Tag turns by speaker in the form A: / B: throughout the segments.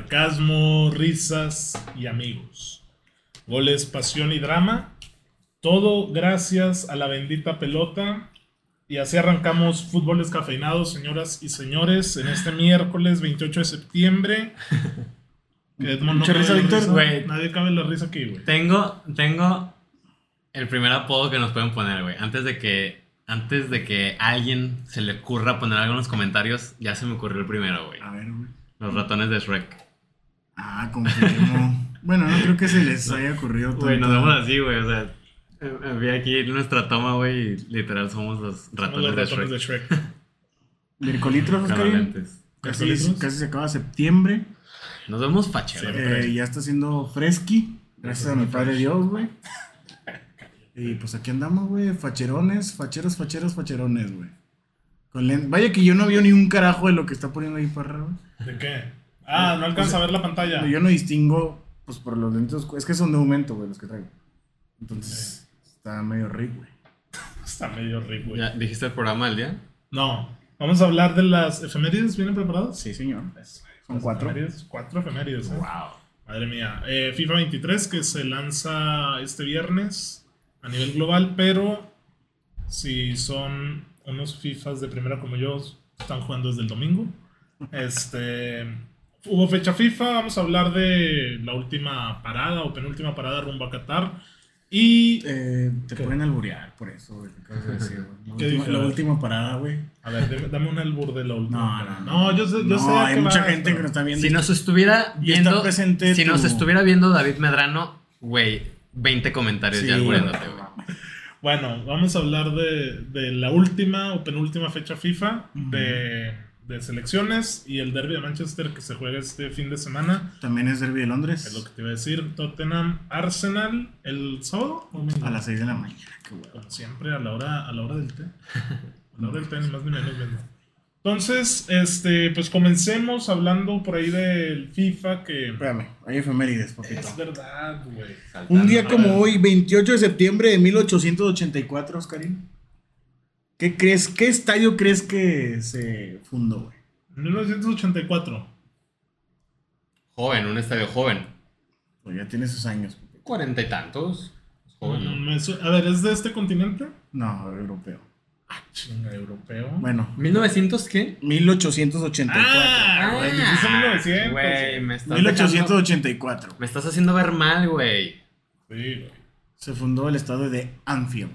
A: sarcasmo, risas y amigos. Goles, pasión y drama. Todo gracias a la bendita pelota. Y así arrancamos Fútbol Descafeinado, señoras y señores, en este miércoles 28 de septiembre. Que Edmond
B: Mucha
A: cabe
B: risa,
A: la
B: Víctor, güey.
A: Nadie cabe la risa aquí, güey.
B: Tengo, tengo el primer apodo que nos pueden poner, güey. Antes de que, antes de que alguien se le ocurra poner algo en los comentarios, ya se me ocurrió el primero, güey.
C: A ver, güey.
B: Los ratones de Shrek.
C: Ah, confirmo. bueno, no creo que se les haya ocurrido
B: Güey, nos
C: tanto.
B: vemos así, güey. O sea, eh, eh, vi aquí nuestra toma, güey, y literal somos los
A: Somos
B: ratones,
A: los ratones
B: de
A: de
B: Shrek.
A: Shrek.
C: Mercolitros, Oscarín.
B: Cabalentes.
C: Casi,
A: Mercolitros.
C: casi se acaba septiembre.
B: Nos vemos facheros.
A: Sí.
C: Eh, ya está haciendo fresqui. Gracias a mi padre Dios, güey. Y pues aquí andamos, güey. Facherones, facheros, facheros, facherones, güey. Con len- Vaya que yo no veo ni un carajo de lo que está poniendo ahí Parra, güey.
A: ¿De qué? Ah, no alcanza a ver la pantalla.
C: Yo no distingo, pues por los lentes. oscu- Es que son de aumento, güey, los que traigo. Entonces, está medio rico, güey.
A: Está medio rico, güey.
B: ¿Ya dijiste el programa del día?
A: No. Vamos a hablar de las efemérides. ¿Vienen preparados?
C: Sí, señor.
A: Las
C: Son cuatro.
A: efemérides, cuatro efemérides. ¿eh?
B: Wow.
A: Madre mía. Eh, FIFA 23 que se lanza este viernes a nivel global, pero si son unos FIFAs de primera como yo, están jugando desde el domingo. Este, hubo fecha FIFA, vamos a hablar de la última parada o penúltima parada rumbo a Qatar. Y...
C: Eh, te
A: ¿Qué?
C: pueden alburear por eso, güey. lo que acabas de decir, güey. La
A: ¿Qué
C: última- La,
A: dijeron?
C: última parada, güey.
A: A ver, deme- dame un albur de la última.
C: No,
A: parada.
C: no,
A: no, yo sé, yo
C: no,
A: sé a
C: hay
A: qué
C: mucha
A: vas,
C: gente
A: pero-
C: que nos está viendo.
B: Si nos estuviera
C: Y está
B: viendo.
C: presente
B: Si nos
C: tu-
B: estuviera viendo David Medrano, güey, 20 comentarios
C: Sí,
B: ya albureándote,
C: no,
B: güey.
C: mames.
A: Bueno, vamos a hablar de, de la última o penúltima fecha FIFA de, de selecciones y el derby de Manchester que se juega este fin de semana.
C: También es Derby de Londres.
A: Es lo que te iba a decir, Tottenham Arsenal el sábado.
C: A las 6 de la mañana, qué huevo.
A: Como siempre, a la hora, a la hora del té. A la hora del té, ni más ni menos, venga. Entonces, este, pues comencemos hablando por ahí del FIFA que...
C: Espérame, hay efemérides, papito.
A: Es verdad, güey.
C: Un día
A: a ver.
C: como hoy, 28 de septiembre de 1884, Oscarín. ¿Qué crees? ¿Qué estadio crees que se fundó, güey?
A: 1984.
B: Joven, un estadio joven.
C: Pues ya tiene sus años. papito.
B: Cuarenta y tantos. Joven, ¿no?
A: Me su- A ver, ¿es de este continente?
C: No, europeo.
A: Chinga, europeo.
C: Bueno,
B: ¿1900 qué?
C: 1884.
A: Ah, güey, dijiste 1900.
B: Güey, me estás
C: 1884.
B: dejando- me estás haciendo ver mal, güey.
A: Sí, güey.
C: Se fundó el estadio de Anfield.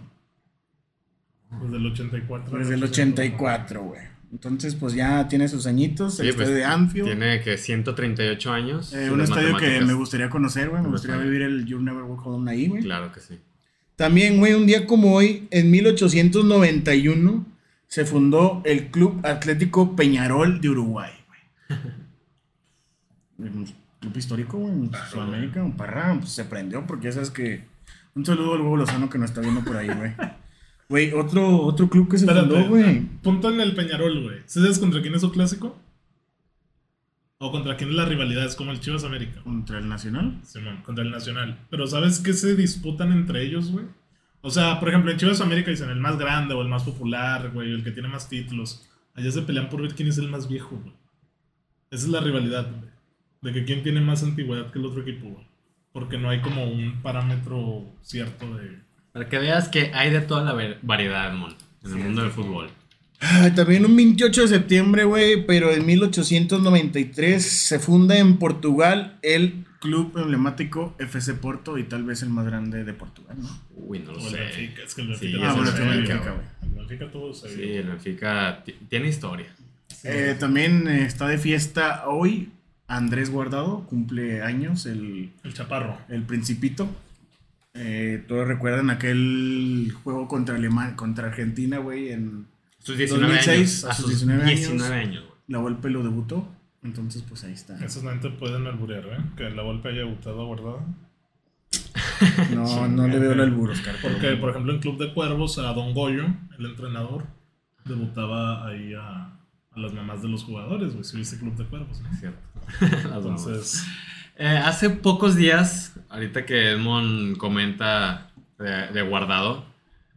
A: Desde el 84.
C: Desde el 84, güey. Entonces, pues ya tiene sus añitos. El
B: Sí,
C: estadio
B: pues,
C: de Anfield.
B: Tiene que 138 años.
C: Eh,
B: y
C: un
B: las
C: estadio que
B: matemáticas-
C: me gustaría conocer, güey. Me
B: Los
C: gustaría
B: matemáticas.
C: vivir el You'll Never Walk Alone ahí, güey.
B: Claro que sí.
C: También, güey, un día como hoy, en 1891, se fundó el Club Atlético Peñarol de Uruguay, güey. Un Club histórico, güey, en
A: Claro,
C: Sudamérica, un parra, pues, se prendió porque ya sabes que. Un saludo al huevo Lozano que nos está viendo por ahí, güey. Güey, otro, otro club que se fundó, güey.
A: Punto en el Peñarol, güey. ¿Sabes contra quién es su clásico? ¿O contra quién es la rivalidad? Es como el Chivas América.
C: Contra el Nacional.
A: Simón, contra el Nacional. Pero ¿sabes qué se disputan entre ellos, güey? O sea, por ejemplo, en Chivas América dicen el más grande o el más popular, güey, el que tiene más títulos. Allá se pelean por ver quién es el más viejo, güey. Esa es la rivalidad, güey. De que quién tiene más antigüedad que el otro equipo, güey. Porque no hay como un parámetro cierto de...
B: Para que veas que hay de toda la ver- variedad, mon, en el mundo del fútbol.
C: Ay, Ah, también un 28 de septiembre, güey, pero en 1893 se funda en Portugal el club emblemático FC Porto y tal vez el más grande de Portugal, ¿no?
B: Uy, no lo
A: o el
B: sé.
A: Benfica, es que el
B: Sí,
A: Benfica
B: ah,
A: tuvo
B: bueno,
A: ese
B: el
A: rollo,
B: Benfica,
A: güey. El Benfica tuvo ese
B: Sí,
A: rollo.
B: el Benfica ti- tiene historia.
C: Eh, también eh, está de fiesta hoy Andrés Guardado, cumple años, el,
A: El Chaparro.
C: el principito. Eh, Todos recuerdan aquel juego contra, Aleman- contra Argentina, güey, en
B: Sus 19
C: 2006,
B: años.
C: a sus 19 años.
B: 19 años, güey.
C: la golpe lo debutó. Entonces, pues ahí está.
A: Esos no te pueden alburear, ¿eh? Que la golpe haya debutado, ¿verdad?
C: No, no le veo el albur, Oscar. pero
A: Porque,
C: bueno.
A: por ejemplo, en Club de Cuervos, a Don Goyo, el entrenador, debutaba ahí a, a las mamás de los jugadores, güey. Si viste Club de Cuervos, ¿no?
B: Es cierto. Las bromas.
A: Entonces,
B: Eh, hace pocos días, ahorita que Edmond comenta de, de guardado,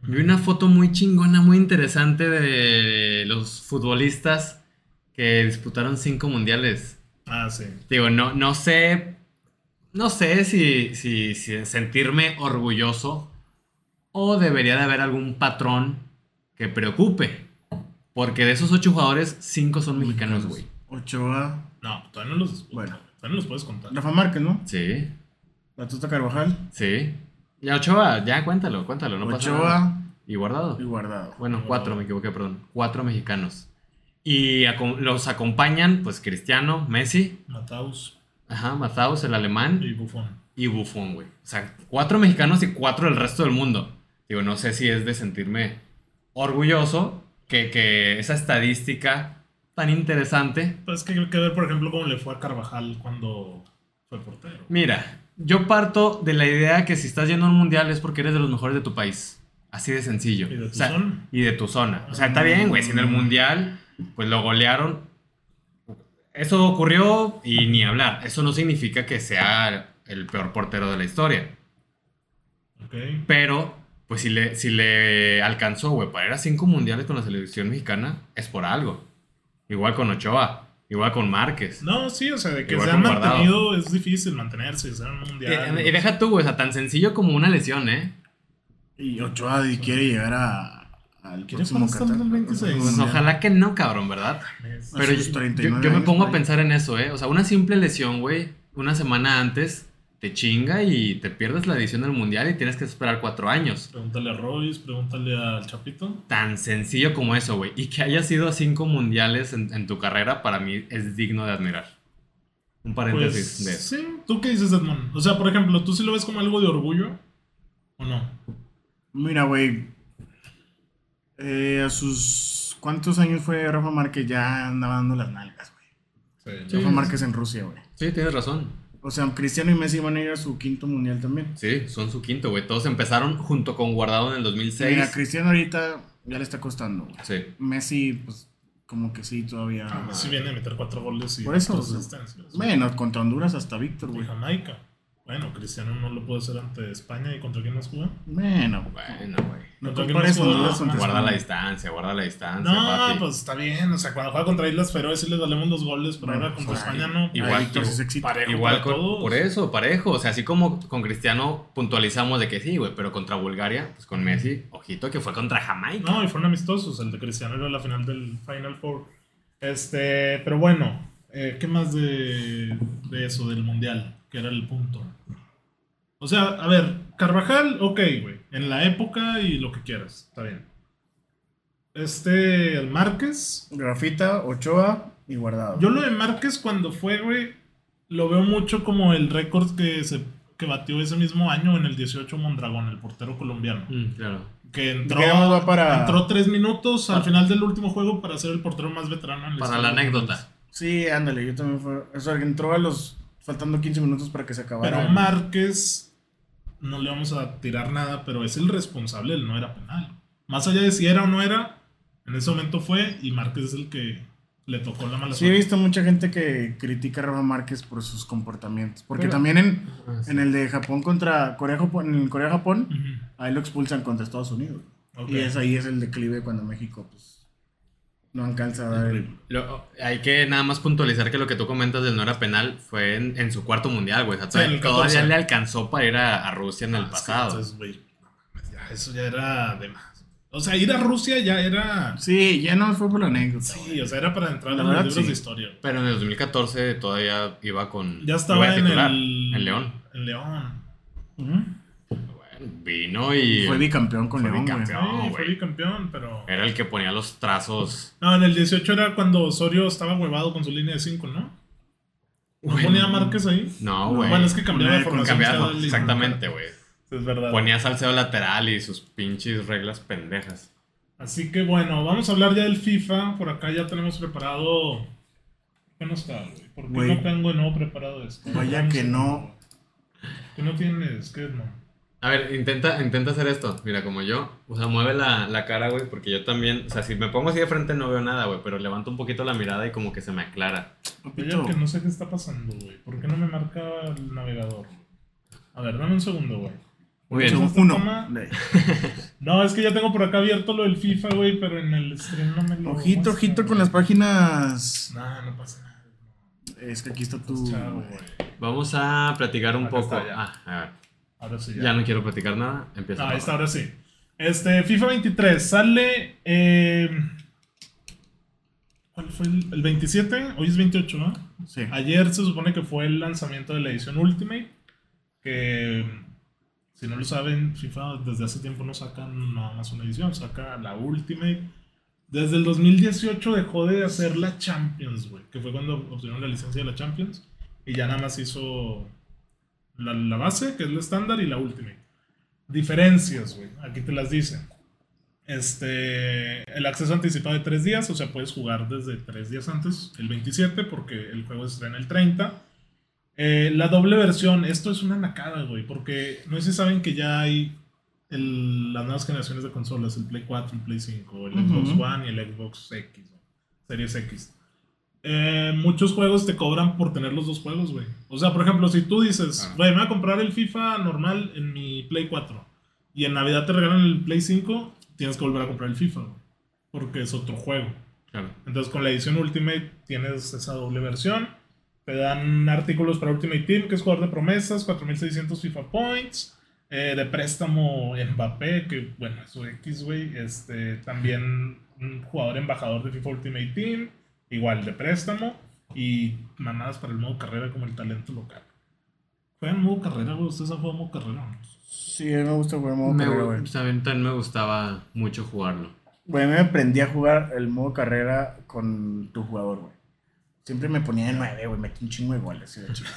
B: vi una foto muy chingona, muy interesante de los futbolistas que disputaron cinco mundiales.
A: Ah, sí.
B: Digo, no, no sé. No sé si, si, si sentirme orgulloso o debería de haber algún patrón que preocupe. Porque de esos ocho jugadores, cinco son mexicanos, güey.
C: Ochoa.
A: No, todavía no los.
C: Bueno.
A: Todavía no los puedes contar.
C: Rafa Márquez, ¿no?
B: Sí,
C: Batuta Carvajal.
B: sí. Ya Ochoa, ya cuéntalo, cuéntalo, no pasa nada.
C: Ochoa
B: Y guardado.
C: y Guardado.
B: Bueno, cuatro, me equivoqué, perdón. Cuatro mexicanos. Y acom- los acompañan, pues Cristiano, Messi,
A: Mataus
B: ajá, Mazaus, el alemán,
A: y Buffon.
B: y Buffon, güey. O sea, cuatro mexicanos y cuatro del resto del mundo. Digo, no sé si es de sentirme orgulloso que, que esa estadística tan interesante.
A: Pues que hay que ver, por ejemplo, cómo le fue a Carvajal cuando fue portero.
B: Mira, yo parto de la idea que si estás yendo a un mundial es porque eres de los mejores de tu país. Así de sencillo.
A: Y de tu
B: Mm. O sea,
A: zona.
B: y de tu zona. O sea, está bien, güey. Si en el mundial, pues lo golearon. Eso ocurrió y ni hablar. Eso no significa que sea el peor portero de la historia.
A: Ok.
B: Pero, pues si le, si le alcanzó, güey, para ir a cinco mundiales con la selección mexicana, es por algo. Igual con Ochoa, igual con Márquez.
A: No, sí, o sea, de que
B: Igual
A: se han
B: con Guardado.
A: mantenido es difícil mantenerse, se han mundial.
B: Y- y Eh, deja tú, güey, o sea, tan sencillo como una lesión, ¿eh?
C: Y Ochoa y quiere llegar a, al
A: ¿Quiere
C: próximo
A: jugar hasta
C: Qatar.
A: el 26?
C: Al
B: Pues
C: próximo Mundial.
B: ojalá que no, cabrón, ¿verdad?
A: Mames.
C: Ah,
B: Pero
C: sus
B: yo,
C: 39
B: yo- yo me
C: años,
B: pongo a
C: güey.
B: pensar en eso, ¿eh? O sea, una simple lesión, güey, una semana antes, te chinga y te pierdes la edición del mundial y tienes que esperar cuatro años.
A: Pregúntale a Royce, pregúntale al Chapito.
B: Tan sencillo como eso, güey. Y que hayas ido a cinco mundiales en, en tu carrera, para mí es digno de admirar. Un paréntesis
A: Pues,
B: de eso.
A: sí, ¿tú qué dices, Edmond? O sea, por ejemplo, ¿tú sí lo ves como algo de orgullo o no?
C: Mira, güey. eh, a sus. ¿Cuántos años fue Rafa Márquez? Ya andaba dando las nalgas, güey.
B: Sí.
C: Rafa Márquez en Rusia, güey.
B: Sí, tienes razón.
C: O sea, Cristiano y Messi van a ir a su quinto mundial también.
B: Sí, son su quinto, güey. Todos empezaron junto con Guardado en el 2006.
C: Mira, Cristiano ahorita ya le está costando, güey.
B: Sí.
C: Messi, pues, como que sí, todavía.
B: Ah,
A: Si ah, viene a meter cuatro goles y
C: Por eso,
A: tres
C: o sea,
A: asistencias.
C: Bueno, contra Honduras hasta Víctor,
A: Y
C: güey.
A: Jamaica. Bueno, Cristiano no lo pudo hacer ante España y contra quién más jugó.
C: Bueno, pues, güey.
B: Bueno, güey.
C: No
A: Contra
C: compares
A: quién nos
C: Honduras
A: jugó,
C: contra
B: Guarda la
C: España.
B: distancia, guarda la distancia.
A: No,
B: Ah, papi.
A: pues está bien. O sea, cuando juega contra Islas Feroes sí les valemos los goles, pero
C: Bueno,
A: ahora contra
C: pues,
A: España no.
B: igual
C: Ay, Víctor
B: que-
C: sí se excita.
A: Parejo
B: Igual
A: para
B: con,
A: todos.
B: por eso, parejo. O sea, así como con Cristiano puntualizamos de que sí, güey, pero contra Bulgaria, pues con Messi, ojito que fue contra Jamaica.
A: No, y fueron amistosos. El de Cristiano era la final del Final Four. Este, pero bueno, eh, ¿qué más de, de eso, del Mundial? Que era el punto. O sea, a ver, Carvajal, ok, güey. En la época y lo que quieras, está bien. Este, el Márquez,
C: Grafita, Ochoa y Guardado.
A: Yo lo de Márquez cuando fue, güey, lo veo mucho como el récord que se que batió ese mismo año en el 18 Mondragón, el portero colombiano.
B: Mm, claro.
A: Que entró,
C: Digamos, va para-
A: entró tres minutos al
B: Para-
A: final del último juego para ser el portero más veterano. En
B: Para
A: historia
B: la
A: de los
B: anécdota.
C: Sí, ándale, yo también fue. O sea, que entró a los. Faltando 15 minutos para que se acabara.
A: Pero Márquez, no le vamos a tirar nada, pero es el responsable del no era penal. Más allá de si era o no era, en ese momento fue y Márquez es el que le tocó la mala
C: Sí, he visto mucha gente que critica a Rafa Márquez por sus comportamientos. Porque
A: Pero-
C: también en,
A: Ah,
C: en el de Japón contra Corea-Japón, en Corea-Japón,
A: Ujú,
C: ahí lo expulsan contra Estados Unidos.
A: ok.
C: Y es, ahí es el declive cuando México, pues, no alcanza a dar el...
B: Lo- hay que nada más puntualizar que lo que tú comentas del no era penal fue en, en su cuarto mundial, güey. O sea,
A: Sí, en el
B: todavía
A: 14.
B: le alcanzó para ir a, a Rusia en el
A: Ah, es que
B: pasado.
A: entonces, güey, no mames, ya, eso ya era de más. O sea, ir a Rusia ya era.
C: Sí, ya no fue por la anécdota. güey.
A: Sí, o sea, era para entrar en
C: La
A: los
C: verdad,
A: libros
C: sí.
A: de historia.
B: Pero en el 2014 todavía iba con.
A: Ya
B: iba
A: estaba
B: de
A: en
B: titular,
A: el.
B: en León.
A: En León.
C: Ujú.
B: Bueno, vino y.
C: Fue bicampeón con
B: Fue
C: León, güey.
B: bicampeón. No,
A: sí, fue
B: güey.
A: bicampeón, pero.
B: Era el que ponía los trazos.
A: No, en el 18 era cuando Osorio estaba huevado con su línea de 5, ¿no? ¿No
B: Güey,
A: ponía Márquez ahí?
B: No,
C: No,
B: güey.
A: Bueno, es que cambiaba de
C: Con
A: formación. cada
B: Cambiado,
A: línea.
B: exactamente, güey.
A: Es verdad.
B: Ponía Salcedo lateral y sus pinches reglas pendejas.
A: Así que bueno, vamos a hablar ya del FIFA. Por acá ya tenemos preparado. ¿Qué no está, güey? ¿Por qué
C: Güey.
A: no tengo de nuevo preparado esto?
C: Vaya
A: Vamos
C: que
A: a-
C: no.
A: Que no tienes, ¿qué no?
B: A ver, intenta, intenta hacer esto. Mira, como yo. O sea, mueve la, la cara, güey, porque yo también. O sea, si me pongo así de frente no veo nada, güey, pero levanto un poquito la mirada y como que se me aclara.
A: Vaya
C: Papito,
A: que no sé qué está pasando, güey. ¿Por qué no me marca el navegador? A ver, dame un segundo, güey.
B: Muy
C: un
B: bien.
C: segundo, uno.
A: Toma.
C: De-
A: No, es que ya tengo por acá abierto lo del FIFA, güey, pero en el stream no me lo.
C: Ojito,
A: muestra,
C: ojito con
A: güey.
C: las páginas
A: Nah, no pasa nada.
C: Es que aquí está tu.
A: Chavo, güey.
B: Vamos a platicar un
A: Acá
B: poco.
A: está, ya.
B: Ah, a ver.
A: Ahora sí.
B: Ya no quiero platicar nada. Empieza.
A: Ah,
B: Rafa.
A: ahí está, ahora sí. Este, FIFA 23 sale. eh, ¿Cuál fue el, el 27? Hoy es 28, ¿no?
C: Sí.
A: Ayer se supone que fue el lanzamiento de la edición Ultimate. Que, si no lo saben, FIFA desde hace tiempo no saca nada más una edición, saca la Ultimate. Desde el 2018 dejó de hacer la Champions, güey, que fue cuando obtuvieron la licencia de la Champions. Y ya nada más hizo la, la base, que es la estándar, y la Ultimate. Diferencias, güey, aquí te las dicen. Este, el acceso anticipado de 3 días, o sea, puedes jugar desde 3 días antes, el 27, porque el juego se estrena el 30. Eh, la doble versión, esto es una nacada, güey, porque no sé si saben que ya hay el- las nuevas generaciones de consolas, el Play 4, el Play 5, el Xbox
C: Ujú.
A: One y el Xbox X, ¿no? Series X. Eh, muchos juegos te cobran por tener los dos juegos, güey. O sea, por ejemplo, si tú dices,
B: Ah.
A: güey, me voy a comprar el FIFA normal en mi Play 4 y en Navidad te regalan el Play 5, tienes que volver a comprar el FIFA, güey, porque es otro juego.
B: Claro.
A: Entonces con la edición Ultimate tienes esa doble versión. Te dan artículos para Ultimate Team, que es jugador de promesas, 4600 FIFA Points, eh, de préstamo Mbappé, que bueno, es su X, güey. Este, también un jugador embajador de FIFA Ultimate Team, igual de préstamo, y manadas para el modo carrera como el talento local. ¿Juegan modo carrera, güey? ¿Ustedes han jugado modo carrera?
C: Sí, a mí me gusta jugar modo
B: Me,
C: carrera, güey.
B: también, también me gustaba mucho jugarlo.
C: Güey, a mí me aprendí a jugar el modo carrera con tu jugador, güey. Siempre me ponía de nueve, güey. Metí un chingo de goles, y de chido.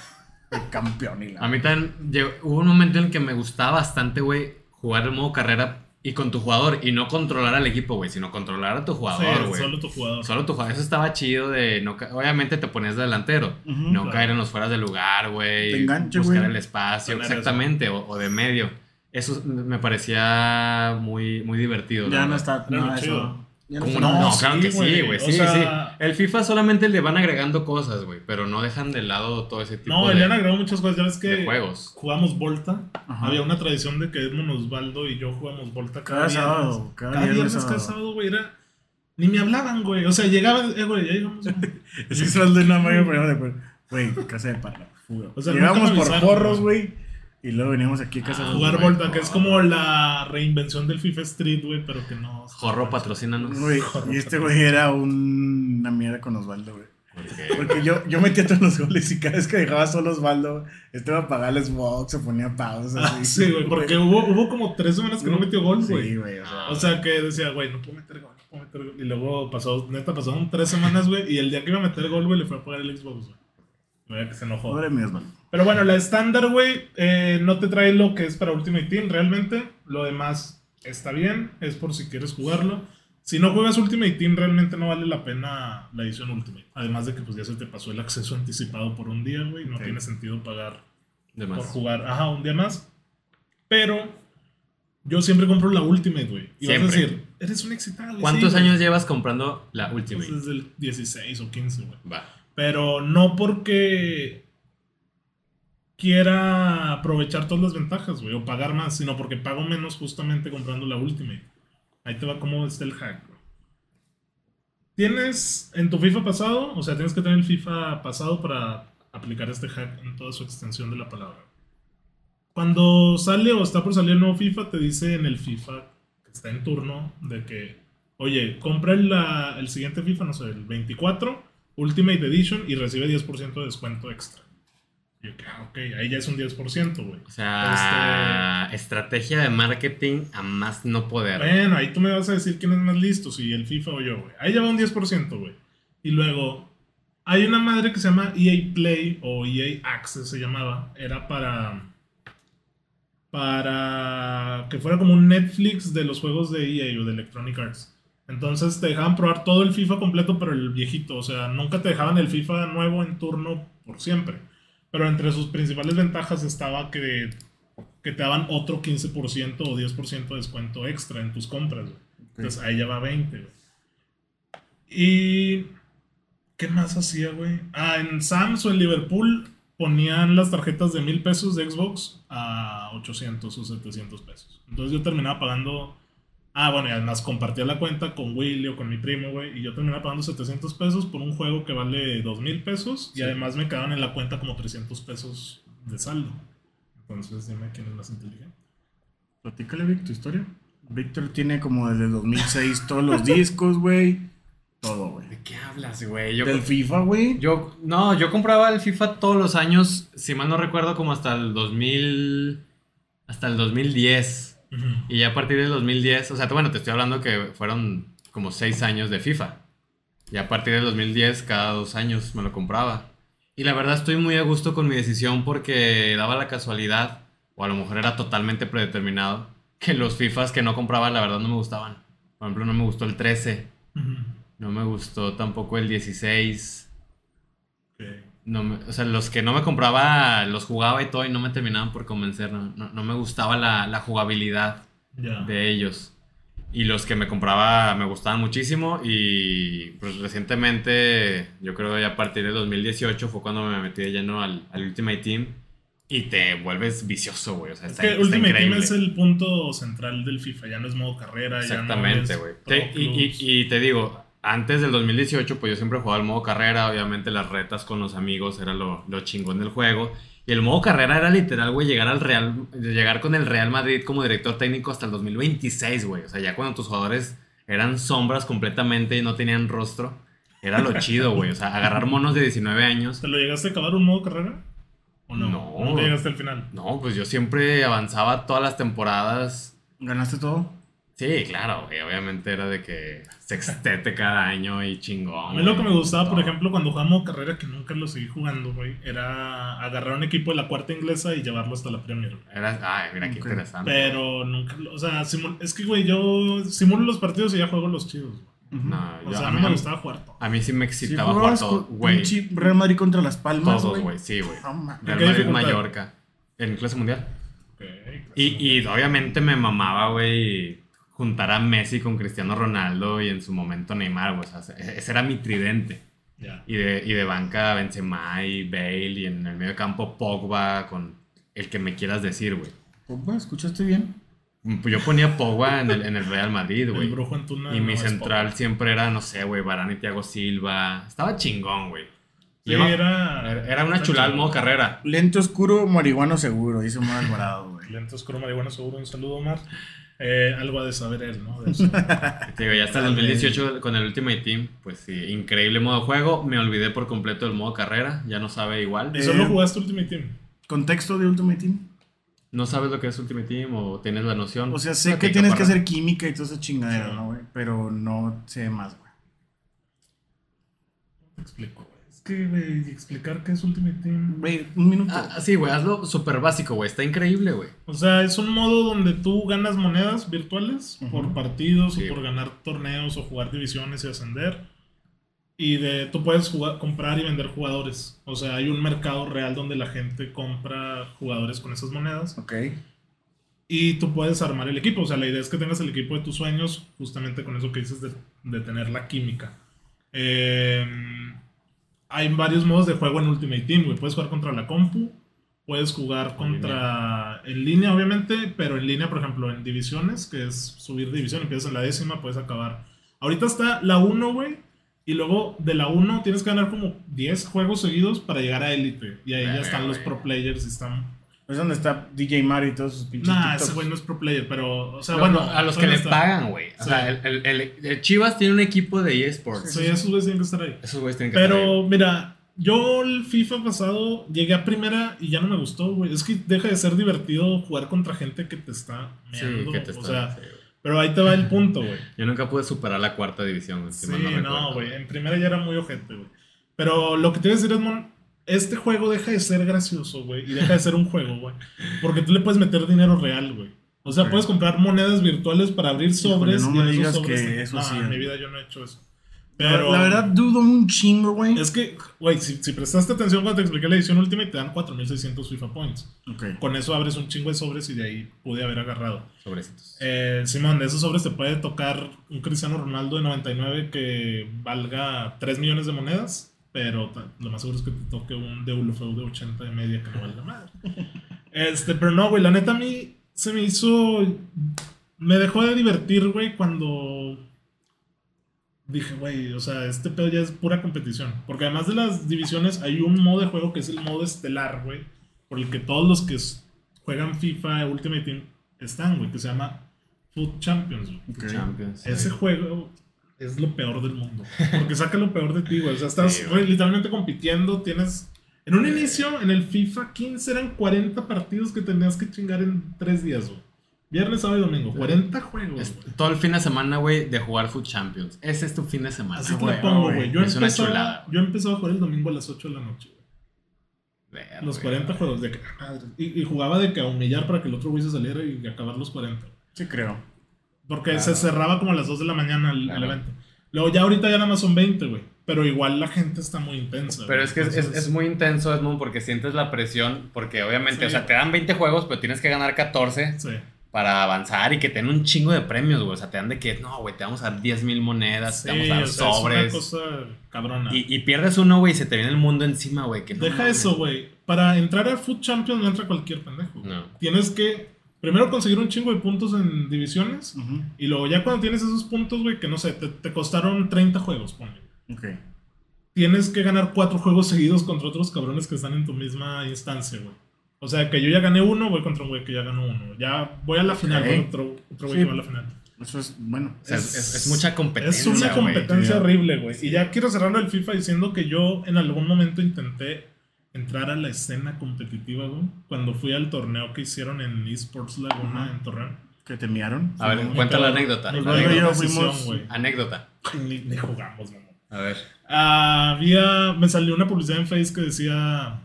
C: De campeón y la.
B: A mí también llegó- hubo un momento en el que me gustaba bastante, güey, jugar el modo carrera y con tu jugador y no controlar al equipo, güey, sino controlar a tu jugador,
A: Sí,
B: güey.
A: solo tu jugador.
B: Solo tu jugador. Eso estaba chido de no ca- obviamente te ponías de delantero.
C: Ujú.
B: No
A: claro.
B: caer en los fueras de lugar, güey.
C: Te engancha,
B: Buscar
C: güey.
B: el espacio,
A: Tener
B: exactamente, o, o de medio. Eso me parecía muy, muy divertido. la
C: Ya no
B: verdad.
C: está
A: Era
C: nada
A: muy
C: de
A: chido.
C: eso. Ya
B: ¿Cómo
C: está
B: no,
C: nada de
B: no,
C: eso.
B: claro que sí, güey.
A: o
B: Sí,
A: sea-
B: sí. El FIFA solamente le van agregando cosas, güey, pero no dejan de lado todo ese tipo
A: No,
B: de,
A: le han agregado muchas cosas. Ya ves
B: de
A: que
B: juegos.
A: jugamos Volta.
C: Ajá.
A: Había una tradición de que Edmond Osvaldo y yo jugamos Volta cada,
C: Cada
A: viernes.
C: sábado. Cada,
A: Cada
C: viernes,
A: viernes, cada
C: sábado.
A: sábado, güey, era... Ni me hablaban, güey. O sea, llegaban, eh, güey, ya llegamos. güey.
C: Es que sal de una malla, pero después. Güey, casa de parla. Fuga.
A: O sea,
C: Llegamos
A: nunca me
C: por
A: avisaron,
C: porros, güey. Y luego veníamos aquí a casa
B: Ah,
C: de
A: Jugar
B: güey,
A: Volta, que es como la reinvención del FIFA Street, güey, pero que no...
B: Jorro, patrocínanos.
C: Güey, y este güey era un- una mierda con Osvaldo, güey.
B: Porque-
C: Porque yo, yo metía todos los goles y cada vez que dejaba solo Osvaldo, este iba a apagar el Xbox, se ponía pausa.
A: Ah,
C: así.
A: sí, güey, porque hubo, hubo como tres semanas que no metió gol, güey.
C: Sí, güey. Ah, O sea,
A: O sea, que decía, güey, no puedo meter gol, no puedo meter gol. Y luego pasó, neta, pasaron tres semanas, güey, y el día que iba a meter gol, güey, le fue a pagar el Xbox, güey. Mira que se enojó.
C: pobre mi Osvaldo.
A: Pero bueno, la estándar, güey, eh, no te trae lo que es para Ultimate Team realmente. Lo demás está bien, es por si quieres jugarlo. Si no juegas Ultimate Team, realmente no vale la pena la edición Ultimate. Además de que pues ya se te pasó el acceso anticipado por un día, güey. No
C: Sí.
A: tiene sentido pagar
B: de
A: por
B: más.
A: jugar, ajá, un día más. Pero yo siempre compro la Ultimate, güey. Y vas a
B: Siempre.
A: decir, eres un excitado. sí,
B: ¿Cuántos
A: güey. Pues,
B: años llevas comprando la Ultimate?
A: Desde el 16 o 15, güey.
B: Va.
A: Pero no porque quiera aprovechar todas las ventajas, güey, o pagar más, sino porque pago menos justamente comprando la Ultimate. Ahí te va cómo está el hack, güey. Tienes en tu FIFA pasado, o sea, tienes que tener el FIFA pasado para aplicar este hack en toda su extensión de la palabra. Cuando sale o está por salir el nuevo FIFA, te dice en el FIFA que está en turno de que, oye, compra el, la- el siguiente FIFA, no sé, el 24, Ultimate Edition, y recibe 10% de descuento extra. Y yo, que, ah, ok, ahí ya es un 10%, güey.
B: O sea, estrategia de marketing a más no poder.
A: Este- Bueno, ahí tú me vas a decir quién es más listo, si el FIFA o yo, güey. Ahí lleva un 10%, güey. Y luego, hay una madre que se llama EA Play o EA Access se llamaba. Era para. Para que fuera como un Netflix de los juegos de EA o de Electronic Arts. Entonces te dejaban probar todo el FIFA completo, pero el viejito. O sea, nunca te dejaban el FIFA nuevo en turno por siempre. Pero entre sus principales ventajas estaba que que te daban otro 15% o 10% de descuento extra en tus compras, güey. Entonces ahí ya va 20, güey. Y. ¿Qué más hacía, güey? Ah, en Sam's o en Liverpool ponían las tarjetas de mil pesos de Xbox a 800 o 700 pesos. Entonces yo terminaba pagando Ah, bueno, y además compartía la cuenta con Willy o con mi primo, güey. Y yo terminaba pagando 700 pesos por un juego que vale 2000 pesos. Y además me quedaban en la cuenta como 300 pesos de saldo. Entonces, dime quién es más inteligente.
C: Platícale, Vic, tu historia. Víctor tiene como desde 2006 todos los discos, güey. Todo, güey.
B: ¿De qué hablas, güey? Yo,
C: Del FIFA, güey.
B: yo- no, yo compraba el FIFA todos los años, si mal no recuerdo, como hasta el 2000, hasta el 2010.
A: Ujú.
B: Y ya a partir del 2010, o sea, bueno, te estoy hablando que fueron como seis años de FIFA. Y a partir del 2010, cada dos años me lo compraba. Y la verdad estoy muy a gusto con mi decisión porque daba la casualidad, o a lo mejor era totalmente predeterminado, que los FIFAs que no compraba la verdad no me gustaban. Por ejemplo, no me gustó el 13,
A: Ujú.
B: no me gustó tampoco el 16.
A: Ok.
B: No me- o sea, los que no me compraba los jugaba y todo y no me terminaban por convencer. No, no- no me gustaba la- la jugabilidad
A: Ya.
B: de ellos. Y los que me compraba me gustaban muchísimo y pues recientemente, yo creo ya a partir de 2018 fue cuando me metí de lleno al, al Ultimate Team y te vuelves vicioso, güey. O sea,
A: Es
B: está,
A: que
B: está
A: Ultimate
B: increíble.
A: Team es el punto central del FIFA. Ah, Ya no es modo carrera.
B: Exactamente,
A: ya no
B: güey.
A: es Pro
B: Te- y, y-
A: Clubs.
B: y te digo, antes del 2018, pues yo siempre jugaba el modo carrera, obviamente las retas con los amigos era lo, lo chingón del juego. Y el modo carrera era literal, güey, llegar al Real, llegar con el Real Madrid como director técnico hasta el 2026, güey. O sea, ya cuando tus jugadores eran sombras completamente y no tenían rostro, era lo chido, güey. O sea, agarrar monos de 19 años
A: ¿Te lo llegaste a acabar un modo carrera? ¿O no?
B: No.
A: te llegaste al final?
B: No, pues yo siempre avanzaba todas las temporadas.
C: ¿Ganaste todo?
B: Sí, claro, güey. Obviamente era de que sextete cada año y chingón.
A: A mí lo que
B: güey,
A: me gustaba, por
B: todo.
A: ejemplo, cuando jugaba modo carrera, que nunca lo seguí jugando, güey, era agarrar un equipo de la cuarta inglesa y llevarlo hasta la Premier. güey.
B: Era, ay, mira qué
C: Ok.
B: interesante.
A: Pero nunca, lo- o sea, simu- es que, güey, yo simulo los partidos y ya juego los chidos. güey.
C: Ujú.
B: no,
A: O
B: Ah, yo-
A: sea,
B: a,
A: no
B: mí,
A: me gustaba jugar todo.
B: a mí sí me
C: Si
B: excitaba jugar
C: jugabas
B: todo,
C: con
B: güey.
C: pinche Real Madrid contra las Palmas,
B: Todos, güey, sí, güey.
C: No
B: Real
C: mames.
A: qué
B: Madrid
A: Ah, dificultad?
B: Mallorca. En clase mundial.
A: Ok,
B: Y, y obviamente me mamaba, güey, juntar a Messi con Cristiano Ronaldo y en su momento Neymar, güey. O sea, ese era mi tridente.
A: Ya.
B: Y de, y de banca Benzema y Bale y en el medio campo Pogba con el que me quieras decir, güey.
C: Opa, ¿escuchaste bien?
B: Yo ponía Pogba en el, en el Real Madrid,
A: El
B: güey.
A: brujo Antuna
B: Y mi
A: no es
B: central
A: poco.
B: siempre era, no sé, güey, Varane y Thiago Silva. Estaba chingón, güey.
A: Sí,
B: Yo me-
A: era,
B: era, una chulada el modo carrera.
C: Lento oscuro, marihuano seguro, dice Omar Alvarado, güey.
A: Lentos, croma, marihuana, seguro. Un saludo, Omar. Eh, algo ha de saber él, ¿no? De eso.
B: Te digo, ya hasta el 2018 con el Ultimate Team, pues sí, increíble modo juego. Me olvidé por completo del modo carrera, ya no sabe igual.
A: ¿Y solo jugaste Ultimate Team?
C: ¿Contexto de Ultimate Team?
B: ¿No sabes lo que es Ultimate Team o tienes la noción?
C: O sea, sé que
B: Platica,
C: tienes que
B: parra.
C: hacer química y toda esa chingadera,
A: Sí.
C: ¿no, güey? Pero no sé más, güey.
A: Te explico, güey. Es que, güey, explicar qué es Ultimate Team.
C: Güey, un minuto.
B: Ah, ah, sí, güey, hazlo súper básico, güey. Está increíble, güey.
A: O sea, es un modo donde tú ganas monedas virtuales
C: Ujú.
A: por partidos
B: Sí.
A: o por ganar torneos o jugar divisiones y ascender. Y de, tú puedes jugar, comprar y vender jugadores. O sea, hay un mercado real donde la gente compra jugadores con esas monedas.
C: Ok.
A: Y tú puedes armar el equipo. O sea, la idea es que tengas el equipo de tus sueños, justamente con eso que dices de, de tener la química. Eh, hay varios modos de juego en Ultimate Team, güey. Puedes jugar contra la compu, puedes jugar contra en línea, obviamente, pero en línea, por ejemplo, en divisiones, que es subir división, empiezas en la décima, puedes acabar. Ahorita está la 1, güey. Y luego de la 1 tienes que ganar como 10 juegos seguidos para llegar a élite. Y ahí ya
B: Verga,
A: están los
B: güey.
A: pro players y están
C: Es donde está DJ Mario y todos sus pinches
A: Nah,
C: TikToks.
A: ese güey no es pro player, pero, o sea,
B: No,
A: bueno.
B: no, a los que
A: todavía
B: les
A: está.
B: pagan, güey. O
A: Sí.
B: sea, el, el- el- el Chivas tiene un equipo de eSports.
A: Sí, esos güeyes tienen que estar ahí.
B: Esos güeyes tienen que estar ahí.
A: Pero, mira, yo el FIFA pasado llegué a primera y ya no me gustó, güey. Es que deja de ser divertido jugar contra gente que te está meando.
B: Sí, que te
A: o
B: está-
A: sea,
B: sí, güey.
A: pero ahí te va el punto, güey.
B: Yo nunca pude superar la cuarta división, güey, si
A: Sí,
B: mal recuerdo.
A: no, güey. En primera ya era muy ojete, güey. Pero lo que te voy a decir es, mon, este juego deja de ser gracioso, güey. Y deja de ser un juego, güey. Porque tú le puedes meter dinero real, güey. O sea,
C: Ok.
A: puedes comprar monedas virtuales para abrir sobres.
C: no me
A: en esos
C: digas
A: sobres
C: que
A: te-
C: eso
A: No,
C: sí,
A: en mi
C: eh.
A: vida yo no he hecho eso.
C: Pero...
A: Pero
C: La verdad, dudo un chingo, güey.
A: es que, güey, si, si prestaste atención cuando te expliqué la edición última y te dan 4600 FIFA points.
C: Ok.
A: Con eso abres un chingo de sobres y de ahí pude haber agarrado.
B: Sobrecitos.
A: Eh, Simón, de esos sobres te puede tocar un Cristiano Ronaldo de 99 que valga 3 millones de monedas, pero ta- lo más seguro es que te toque un Deulofeu de 80 de media que no vale la madre. Este, pero no, güey, la neta a mí se me hizo. Me dejó de divertir, güey, cuando dije, güey, o sea, este pedo ya es pura competición. Porque además de las divisiones, hay un modo de juego que es el modo estelar, güey. Por el que todos los que s- juegan FIFA Ultimate Team están, güey, que se llama Food Champions. güey.
C: Ok.
B: Champions.
A: Ese juego es lo peor del mundo. Porque saca lo peor de ti, güey. O sea, estás
B: Sí,
A: güey, literalmente compitiendo, tienes... En un inicio, en el FIFA 15 eran 40 partidos que tenías que chingar en 3 días, güey. Viernes, sábado y domingo. 40 juegos,
B: Es-
A: güey.
B: todo el fin de semana, güey, de jugar Food Champions. Ese es tu fin de semana.
A: Así te
B: Ah, güey.
A: lo pongo,
C: güey.
A: güey. Yo,
B: Es una
A: empezaba-
B: chulada.
A: yo empezaba a jugar el domingo a las 8 de la noche, güey.
B: Verga,
A: Los
B: güey.
A: 40 juegos de que, ah, madre. Y, y jugaba de que a humillar para que el otro güey se saliera y acabar los 40.
C: Sí, creo.
A: Porque
B: Claro.
A: se cerraba como a las 2 de la mañana el, el
B: Claro.
A: evento. Luego ya ahorita ya nada más son 20, güey. Pero igual la gente está muy intensa.
B: Pero
A: güey.
B: es que es, es-
A: Entonces,
B: es muy intenso, Edmund, porque sientes la presión, porque obviamente,
A: Sí.
B: o sea, te dan 20 juegos, pero tienes que ganar 14
A: Sí.
B: para avanzar y que te den un chingo de premios, güey. O sea, te dan de que, no, güey, te vamos a dar 10 mil monedas, te vamos
A: Sí,
B: a dar
A: o sea,
B: sobres.
A: Es una cosa cabrona.
B: Y, y pierdes uno, güey, y se te viene el mundo encima, güey. que no
A: Deja
B: mames.
A: eso, güey. Para entrar a Food Champions no entra cualquier pendejo. güey.
B: No.
A: Tienes que primero conseguir un chingo de puntos en divisiones.
C: Ujú.
A: Y luego ya cuando tienes esos puntos, güey, que no sé, te, te costaron 30 juegos, ponle.
C: Ok.
A: tienes que ganar cuatro juegos seguidos contra otros cabrones que están en tu misma instancia, güey. O sea, que yo ya gané uno, voy contra un güey que ya ganó uno. Ya voy a la final,
C: Ok.
A: voy contra otro güey
C: Sí.
A: que va a la final.
C: Eso es bueno.
B: O sea, es,
A: Es-
B: es- es mucha competencia.
A: Es una
B: güey.
A: competencia
C: Sí.
A: horrible, güey. Y ya quiero cerrarlo del FIFA diciendo que yo en algún momento intenté entrar a la escena competitiva, güey. Cuando fui al torneo que hicieron en Esports Laguna,
C: Ajá.
A: en Torreón.
C: Que te enviaron.
B: A ver,
C: Supongo.
B: cuenta la
A: Pero
B: anécdota.
A: Nos
B: La
A: valió
C: anécdota.
A: la decisión,
C: Fuimos-
A: güey.
B: Anécdota.
A: Ni, ni jugamos, mamón.
B: A ver.
A: Había. Me salió una publicidad en Face que decía.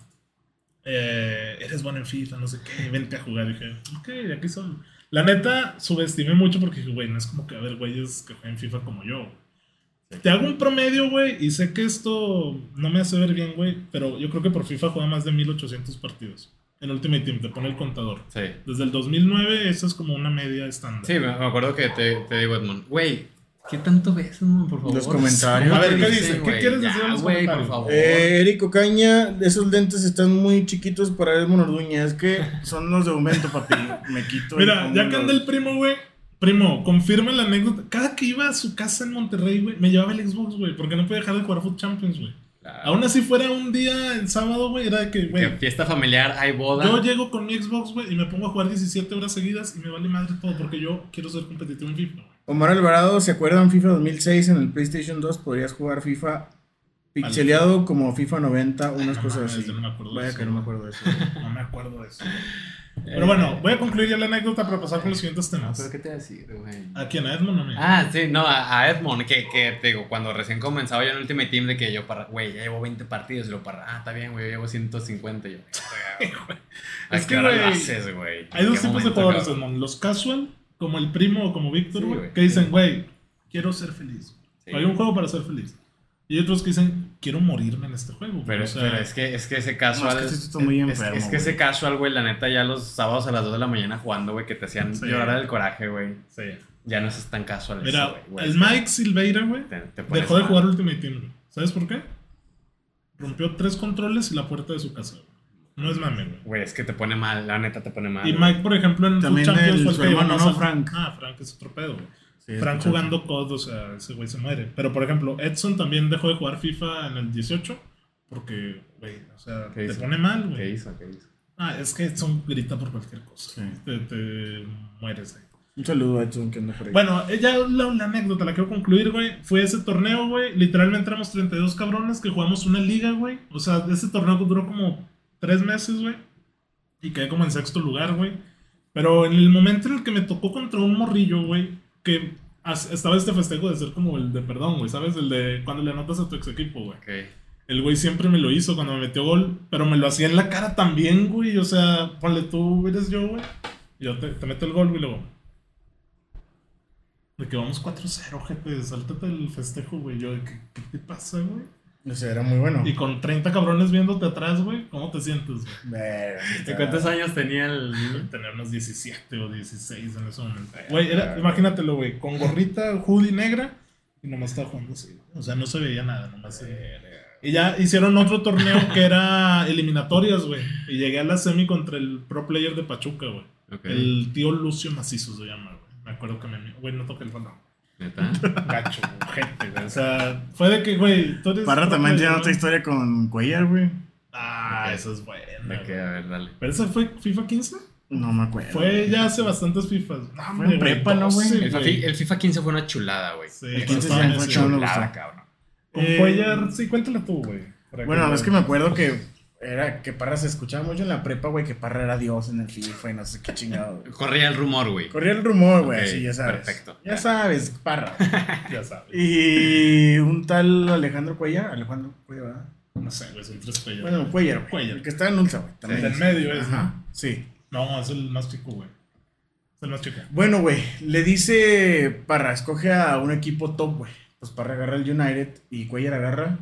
A: eh, eres bueno en FIFA, no sé qué, vente a jugar. Y dije, ok, aquí son. La neta, subestimé mucho porque dije, güey, no es como que haber güeyes que jueguen FIFA como yo. Te hago un promedio, güey, y sé que esto no me hace ver bien, güey, pero yo creo que por FIFA juega más de 1800 partidos. En Ultimate Team, te pone el contador.
B: Sí.
A: Desde el 2009, esa es como una media estándar.
B: Sí, me me acuerdo que te, te digo, Edmund, güey, ¿qué tanto ves, Edmund, por favor?
C: Los comentarios.
A: A ver, ¿qué
B: Sí,
A: dice? ¿Qué
B: güey,
A: quieres
B: ya,
A: decir en los
B: güey, por
A: comentarios?
B: favor?
C: Eh, Eric Ocaña, esos lentes están muy chiquitos para Edmond Orduña. Es que son los de aumento, papi. Me quito. y
A: Mira,
C: pongo
A: ya que
C: los-
A: anda el primo, güey. Primo, confirma la anécdota. Cada que iba a su casa en Monterrey, güey, me llevaba el Xbox, güey, porque no podía dejar de jugar Foot Champions, güey.
B: Claro.
A: Aún así fuera un día en sábado, güey, era de que,
B: ah, Que
A: güey,
B: fiesta familiar, hay boda.
A: yo llego con mi Xbox, güey, y me pongo a jugar 17 horas seguidas y me vale madre todo porque yo quiero ser competitivo en FIFA, güey.
C: Omar Alvarado, ¿se acuerdan FIFA 2006 en el PlayStation 2? Podrías jugar FIFA pixeleado como FIFA 90, unas
A: no
C: cosas
A: mames,
C: así.
A: yo no me acuerdo de
C: Vaya
A: eso,
C: que no me
A: güey.
C: acuerdo de eso. güey.
A: No me acuerdo de eso.
B: Eh,
A: Pero bueno, voy a concluir ya la anécdota para pasar con los siguientes
B: no,
C: Ah,
A: temas.
B: pero ¿qué te voy a decir, güey?
A: ¿A quién? ¿A Edmond o a mí?
B: Ah, sí, no, a, a Edmond, que, que te digo, cuando recién comenzaba yo en Ultimate Team, de que yo para, güey, ya llevo 20 partidos, y lo para, ah, está bien, güey, yo llevo 150, y yo.
A: Es que,
B: Es que, güey. ¿a qué hora
A: güey,
B: lo haces, güey? ¿En
A: Hay dos
B: qué
A: tipos de
B: momento,
A: jugadores,
B: cabrón?
A: Edmond. Los casual, como el primo o como Víctor,
B: Sí,
A: güey,
B: güey.
A: que dicen, güey, quiero ser feliz.
B: Sí.
A: Hay un juego para ser feliz. Y hay otros que dicen, quiero morirme en este juego. güey".
B: Pero,
A: O sea,
B: pero es que es que ese casual
C: No, es que sí estoy muy
B: es-
C: enfermo,
B: es, que
C: güey.
B: ese casual, güey, la neta ya los sábados a las 2 de la mañana jugando, güey, que te hacían
A: Sí.
B: llorar del coraje, güey.
A: sí.
B: Ya no es tan casual eso,
A: Mira,
B: güey, güey.
A: el Mike Silveira, güey,
B: Te- te pones
A: dejó de
B: mal.
A: jugar Ultimate Team, güey. ¿Sabes por qué? Rompió tres controles y la puerta de su casa, güey. No es mame, güey.
B: Güey, es que te pone mal, la neta te pone mal.
A: Y
B: güey.
A: Mike, por ejemplo, en
C: También
A: FUT Champions
C: el-
A: fue el
C: su
A: que llegó
C: hermano,
A: más
C: ¿no?
A: al-
C: Frank.
A: Ah, Frank es otro pedo, güey.
C: Sí,
A: Frank
C: escuchaste.
A: jugando COD, o sea, ese güey se muere. Pero por ejemplo, Edson también dejó de jugar FIFA en el 18 porque, güey, o sea,
B: ¿Qué
A: te
B: hizo?
A: pone mal,
B: ¿Qué
A: güey.
B: hizo? ¿Qué hizo?
A: Ah, es que Edson grita por cualquier cosa.
C: Sí.
A: Te, te mueres ahí.
C: Un saludo a Edson que anda por ahí.
A: Bueno, eh, ya la, la anécdota la quiero concluir, güey. Fue ese torneo, güey. Literalmente éramos 32 cabrones que jugamos una liga, güey. O sea, ese torneo que duró como tres meses, güey. Y quedé como en sexto lugar, güey. Pero en el momento en el que me tocó contra un morrillo, güey, que as- estaba este festejo de ser como el de perdón, güey, ¿sabes? El de cuando le anotas a tu ex equipo, güey.
B: Ok.
A: El güey siempre me lo hizo cuando me metió gol, pero me lo hacía en la cara también, güey. O sea, ponle tú, eres yo, güey. Yo te, te meto el gol, güey, y luego. De que vamos 4-0, gente, sáltate el festejo, güey. Yo, de que, ¿qué, te pasa, güey?
C: O sea, era muy bueno.
A: Y con 30 cabrones viéndote atrás, güey, ¿cómo te sientes, güey?
C: Verga,
B: ¿De
C: está-
B: cuántos años tenía el niño?
A: Tener unos 17 o 16 en ese momento.
B: Ay,
A: Güey, era-
B: ay,
A: imagínatelo, güey, con gorrita, hoodie negra y nomás estaba jugando así. güey. O sea, no se veía nada, nomás. eh, Y ya hicieron otro torneo que era eliminatorias, güey. Y llegué a la semi contra el pro player de Pachuca, güey.
B: Ok.
A: El tío Lucio Macizo se llama, güey. Me acuerdo que me. Güey, no toqué el balón.
B: ¿Neta?
A: Gacho, gente, güey. O sea, fue de que, güey, tú eres.
C: Parra también tiene
A: ¿no?
C: otra historia con Cuellar, güey.
A: Ah,
B: Ok.
A: eso es bueno.
B: ¿De qué? A ver, dale.
A: ¿Pero esa fue FIFA 15?
C: No me acuerdo.
A: Fue ya hace bastantes FIFAs. No,
C: Fue
A: hombre,
C: en
A: güey,
C: prepa, ¿no, güey?
A: 12,
B: El, FIFA- el FIFA 15 fue una chulada, güey.
A: Sí,
C: El
A: cuando
C: 15
A: estaban
C: ya fue
A: así.
C: chulo.
B: Chulada, cabrón.
A: Con
C: Eh,
A: Cuellar, sí, cuéntala tú, güey. para
C: Bueno, es que me acuerdo que era que Parra se escuchaba mucho en la prepa, güey, que Parra era Dios en el FIFA y no sé qué chingado. güey.
B: Corría el rumor, güey.
C: Corría el rumor, güey,
B: Ok,
C: así, ya sabes.
B: perfecto.
C: Ya sabes, Parra.
A: Ya sabes.
C: Y un tal Alejandro Cuellar, Alejandro Cuellar, ¿verdad?
A: No sé, güey, son tres Cuellar.
C: Bueno, Cuellar, güey,
A: Cuellar.
C: El que está en Ulsa, güey. también.
A: El del medio es,
C: Ajá, sí.
A: No, es el más chico, güey. Es el más chico.
C: Bueno, güey, le dice Parra, escoge a un equipo top, güey. Pues Parra agarra el United y Cuellar agarra.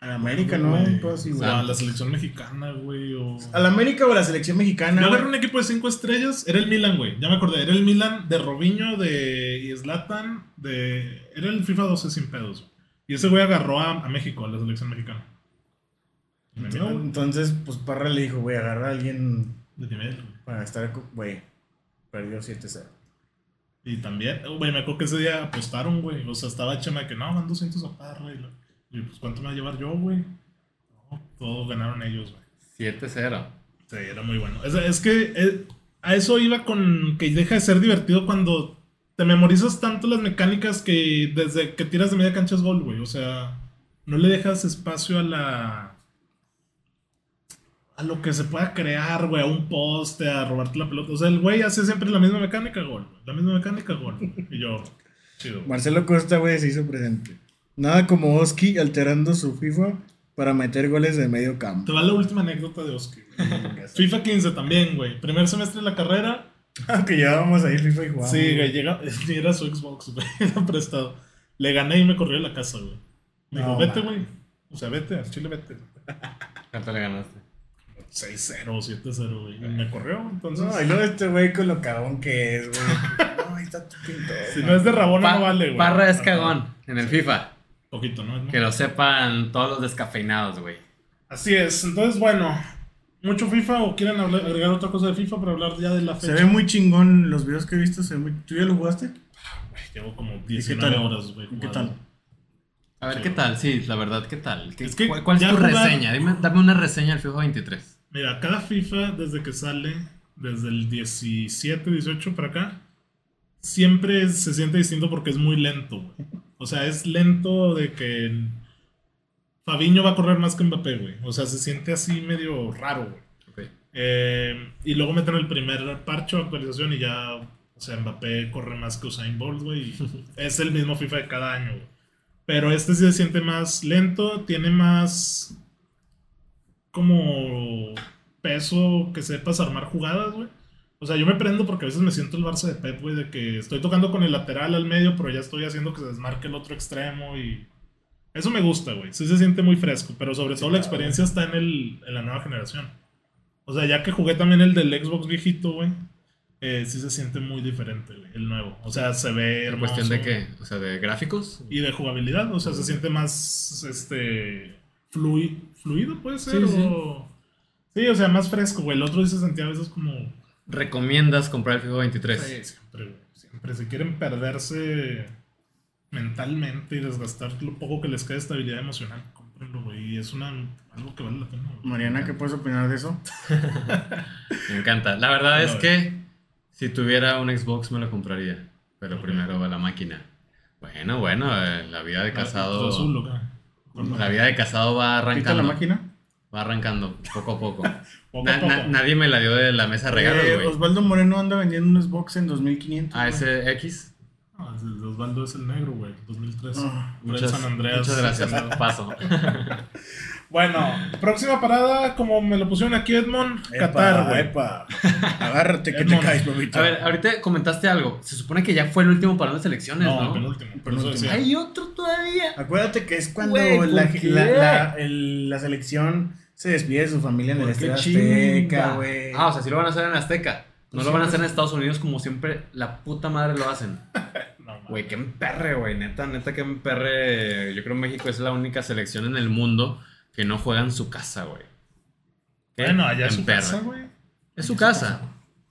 C: A la América, ¿no?
A: Güey,
C: Un pedo así,
A: o
C: güey.
A: sea, la selección mexicana, güey. O...
C: A la América o a la selección mexicana.
A: Yo
C: güey.
A: agarré un equipo de cinco estrellas. Era el Milan, güey. Ya me acordé. Era el Milan de Robinho, de Zlatan, de... Era el FIFA 12 sin pedos. güey. Y ese güey agarró a, a México, a la selección mexicana. Y Me miró, güey,
C: Entonces, pues Parra le dijo, güey, agarra a alguien
A: de nivel, güey.
C: para estar, co- güey. Perdió 7-0.
A: Y también, oh, güey, me acuerdo que ese día apostaron, güey. O sea, estaba Chema que no, van 200 a Parra. Y, lo- y, pues, ¿cuánto me va a llevar yo, güey? No, todos ganaron ellos, güey.
B: 7-0.
A: Sí, era muy bueno. Es, es que eh, a eso iba con que deja de ser divertido cuando te memorizas tanto las mecánicas que desde que tiras de media cancha es gol, güey. O sea, no le dejas espacio a la. a lo que se pueda crear, güey, a un poste, a robarte la pelota. O sea, el güey hace siempre la misma mecánica, gol. güey. La misma mecánica, gol. güey. Y yo, chido. güey.
C: Marcelo Costa, güey, se hizo presente. Nada como Oski alterando su FIFA para meter goles de medio
A: Te
C: campo.
A: va la última anécdota de Oski. güey. FIFA 15 también, güey. Primer semestre de la carrera,
C: que llevábamos ahí FIFA y jugábamos.
A: Sí, güey, llega, ni era su Xbox, güey, era prestado. Le gané y me corrió de la casa, güey. Me dijo,
C: No,
A: vete,
C: man.
A: güey. O sea, vete, al chile vete.
B: ¿Cuánto le ganaste?
A: 6-0, 7-0, güey. Y me corrió, entonces.
C: No, y luego este güey con lo cagón que es, güey. No, ahí está tu pintor.
A: si no es de Rabona,
B: Pa-
A: no vale, güey.
B: Parra es
A: Ajá.
B: cagón en el FIFA.
A: Poquito, ¿no?
B: Que lo sepan todos los descafeinados, güey.
A: Así es, entonces, bueno. ¿Mucho FIFA o quieren hablar- agregar otra cosa de FIFA para hablar ya de la
C: Se
A: fecha?
C: ve muy chingón los videos que he visto. Se ve muy... ¿Tú ya lo jugaste?
A: Ay, Llevo como
C: qué
A: 19
C: tal?
A: horas, güey.
C: ¿Y qué
A: jugando.
C: tal?
B: A ver,
A: Sí,
B: ¿qué
A: güey.
B: tal? Sí, la verdad, ¿qué tal? ¿Qué-
A: Es que
B: ¿Cuál, cuál es
A: ya
B: tu
A: jugar-
B: reseña? Dime, dame una reseña al FIFA 23.
A: Mira, cada FIFA desde que sale, desde el 17, 18 para acá, siempre se siente distinto porque es muy lento, güey. O sea, es lento de que Fabiño va a correr más que Mbappé, güey. O sea, se siente así medio raro, güey. Eh, y luego meten el primer parche o actualización y ya, o sea, Mbappé corre más que Usain Bolt, güey. y Es el mismo FIFA de cada año, güey. Pero este sí se siente más lento, tiene más como peso que sepas armar jugadas, güey. O sea, yo me prendo porque a veces me siento el Barça de Pep, güey, de que estoy tocando con el lateral al medio, pero ya estoy haciendo que se desmarque el otro extremo y... Eso me gusta, güey. Sí se siente muy fresco, pero sobre todo la
C: claro.
A: experiencia está en, el, en la nueva generación. O sea, ya que jugué también el del Xbox viejito, güey, eh, sí se siente muy diferente, güey, el nuevo. O sea, se ve
B: ¿En
A: hermoso.
B: cuestión de qué? O sea, de gráficos.
A: Y de jugabilidad, o sea, se siente más este flui- fluido, puede ser.
B: Sí, sí.
A: o... sí, o sea, más fresco, güey. El otro sí se sentía a veces como.
B: ¿Recomiendas comprar el FIFA 23?
A: Sí, siempre, güey, siempre. Si quieren perderse mentalmente y desgastar lo poco que les queda de estabilidad emocional, cómprenlo, güey. Y es una, algo que vale la pena, güey.
C: Mariana, ¿qué puedes opinar de eso?
B: Me encanta. La verdad
A: A
B: es
A: ver.
B: que si tuviera un Xbox me lo compraría. Pero
A: Ok.
B: primero va la máquina. Bueno, bueno, eh, la vida de casado.
A: Cruz Ah, Azul, loca.
B: La vida de casado va
C: ¿Pita la
B: arrancando.
C: máquina?
B: Va arrancando poco a poco.
A: Poco a
B: Na- na-
A: poco.
B: nadie me la dio de la mesa de regalos,
C: Eh,
B: güey.
C: Osvaldo Moreno anda vendiendo un Xbox en 2500.
B: A
C: güey.
B: ese X.
A: No, Ah, es el Osvaldo es el negro, güey. 2003.
C: Ah,
A: Fue el
B: Muchas,
A: San Andreas.
B: muchas gracias. Paso.
A: Bueno, próxima parada, como me lo pusieron aquí Edmond,
C: Epa,
A: Qatar, güey.
C: epa. Agárrate que te
A: Edmond.
C: caes, babito.
B: A ver, ahorita comentaste algo. Se supone que ya fue el último para las elecciones,
A: No,
B: ¿no?
A: penúltimo. por eso
C: Penúltimo.
A: decía.
B: Hay otro todavía.
C: Acuérdate que es cuando
B: Güey, ¿por
C: la,
B: qué?
C: la- la- el- la selección se despide de su familia en el
B: ¿Por qué
C: Estadio
B: chinga?
C: Azteca, güey.
B: Ah, o sea, sí lo van a hacer en Azteca. No
C: Pues
B: lo van a
C: siempre
B: hacer en Estados Unidos como siempre la puta madre lo hacen.
A: No, mames.
B: Güey, qué emperre, güey. Neta, neta, qué emperre. Yo creo que México es la única selección en el mundo que no juega en su casa, güey. Qué
A: Bueno, allá es su
B: emperre.
A: casa, güey.
B: Es su casa.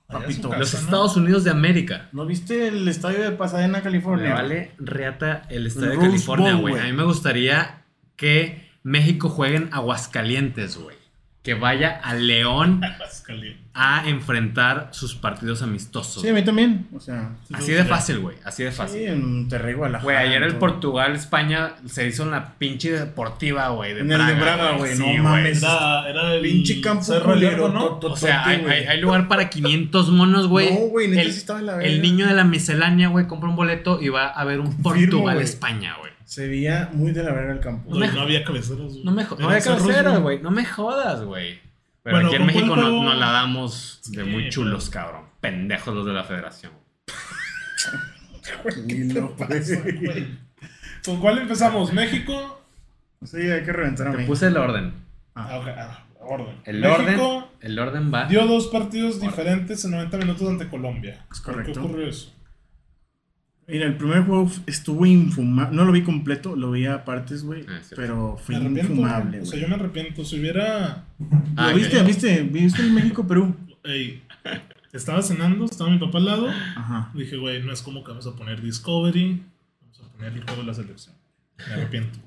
A: Allá es su
C: Papito.
A: casa,
B: Los
A: ¿no?
B: Estados Unidos de América.
C: ¿No viste el estadio de Pasadena, California?
B: Le vale reata el
C: El
B: estadio de
C: Rose
B: California,
C: Bowl,
B: güey. A
C: güey.
B: mí me gustaría que México juegue en Aguascalientes, güey. Que vaya a León
A: Aguascalientes.
B: a enfrentar sus partidos amistosos.
C: Sí, a mí también. O sea,
B: así de fácil, güey. Así de fácil.
C: sí, en Monterrey, Guadalajara.
B: Güey, ayer el
C: todo.
B: Portugal-España se hizo en la pinche deportiva, güey.
C: En el de Braga, güey, no mames.
A: Era, era el
C: Pinche campo
A: Cerro
C: culero,
A: Largo, ¿no?
C: to-
B: O sea, hay,
C: güey.
B: hay- hay lugar para 500 monos, güey.
C: No, güey, neta
B: El-
C: sí estaba en la verga.
B: El niño de la miscelánea, güey, compra un boleto y va a ver un
C: Confirmo,
B: Portugal-España, güey.
C: Se veía muy de la verga el campo.
A: Güey, no había cabeceros. güey.
B: No me, jo- no
A: Eran
B: me
A: cerros,
B: cabeceras, güey. No me jodas, güey. Pero
A: Bueno,
B: aquí en
A: ¿con cuál
B: México no-
A: juego?
B: nos la damos de
A: Sí,
B: muy
A: pero-
B: chulos, cabrón. Pendejos los de la federación.
C: Y no, güey.
A: güey. ¿Con cuál empezamos? ¿México?
C: Sí, hay que reventar a
B: Te
C: mí.
B: puse el orden.
A: Ah, ok, ah, orden.
B: El orden.
A: México
B: El orden va.
A: dio dos partidos diferentes en 90 minutos ante Colombia.
C: Es
A: ¿Por ¿Qué
C: correcto.
A: ocurrió eso?
C: Mira, el primer juego f- estuvo infumable. No lo vi completo, lo vi a partes, güey.
B: Ah, es cierto.
C: pero fue
A: Me arrepiento.
C: infumable,
A: o sea,
C: güey.
A: yo me arrepiento. Si hubiera.
B: Ah,
C: ¿Lo viste?
B: ok.
C: ¿Viste? ¿Viste el México-Perú?
A: Ey, estaba cenando, estaba mi papá al lado.
C: Ajá.
A: Dije, güey, no es como que vamos a poner Discovery. Vamos a poner el juego de la selección. Me arrepiento.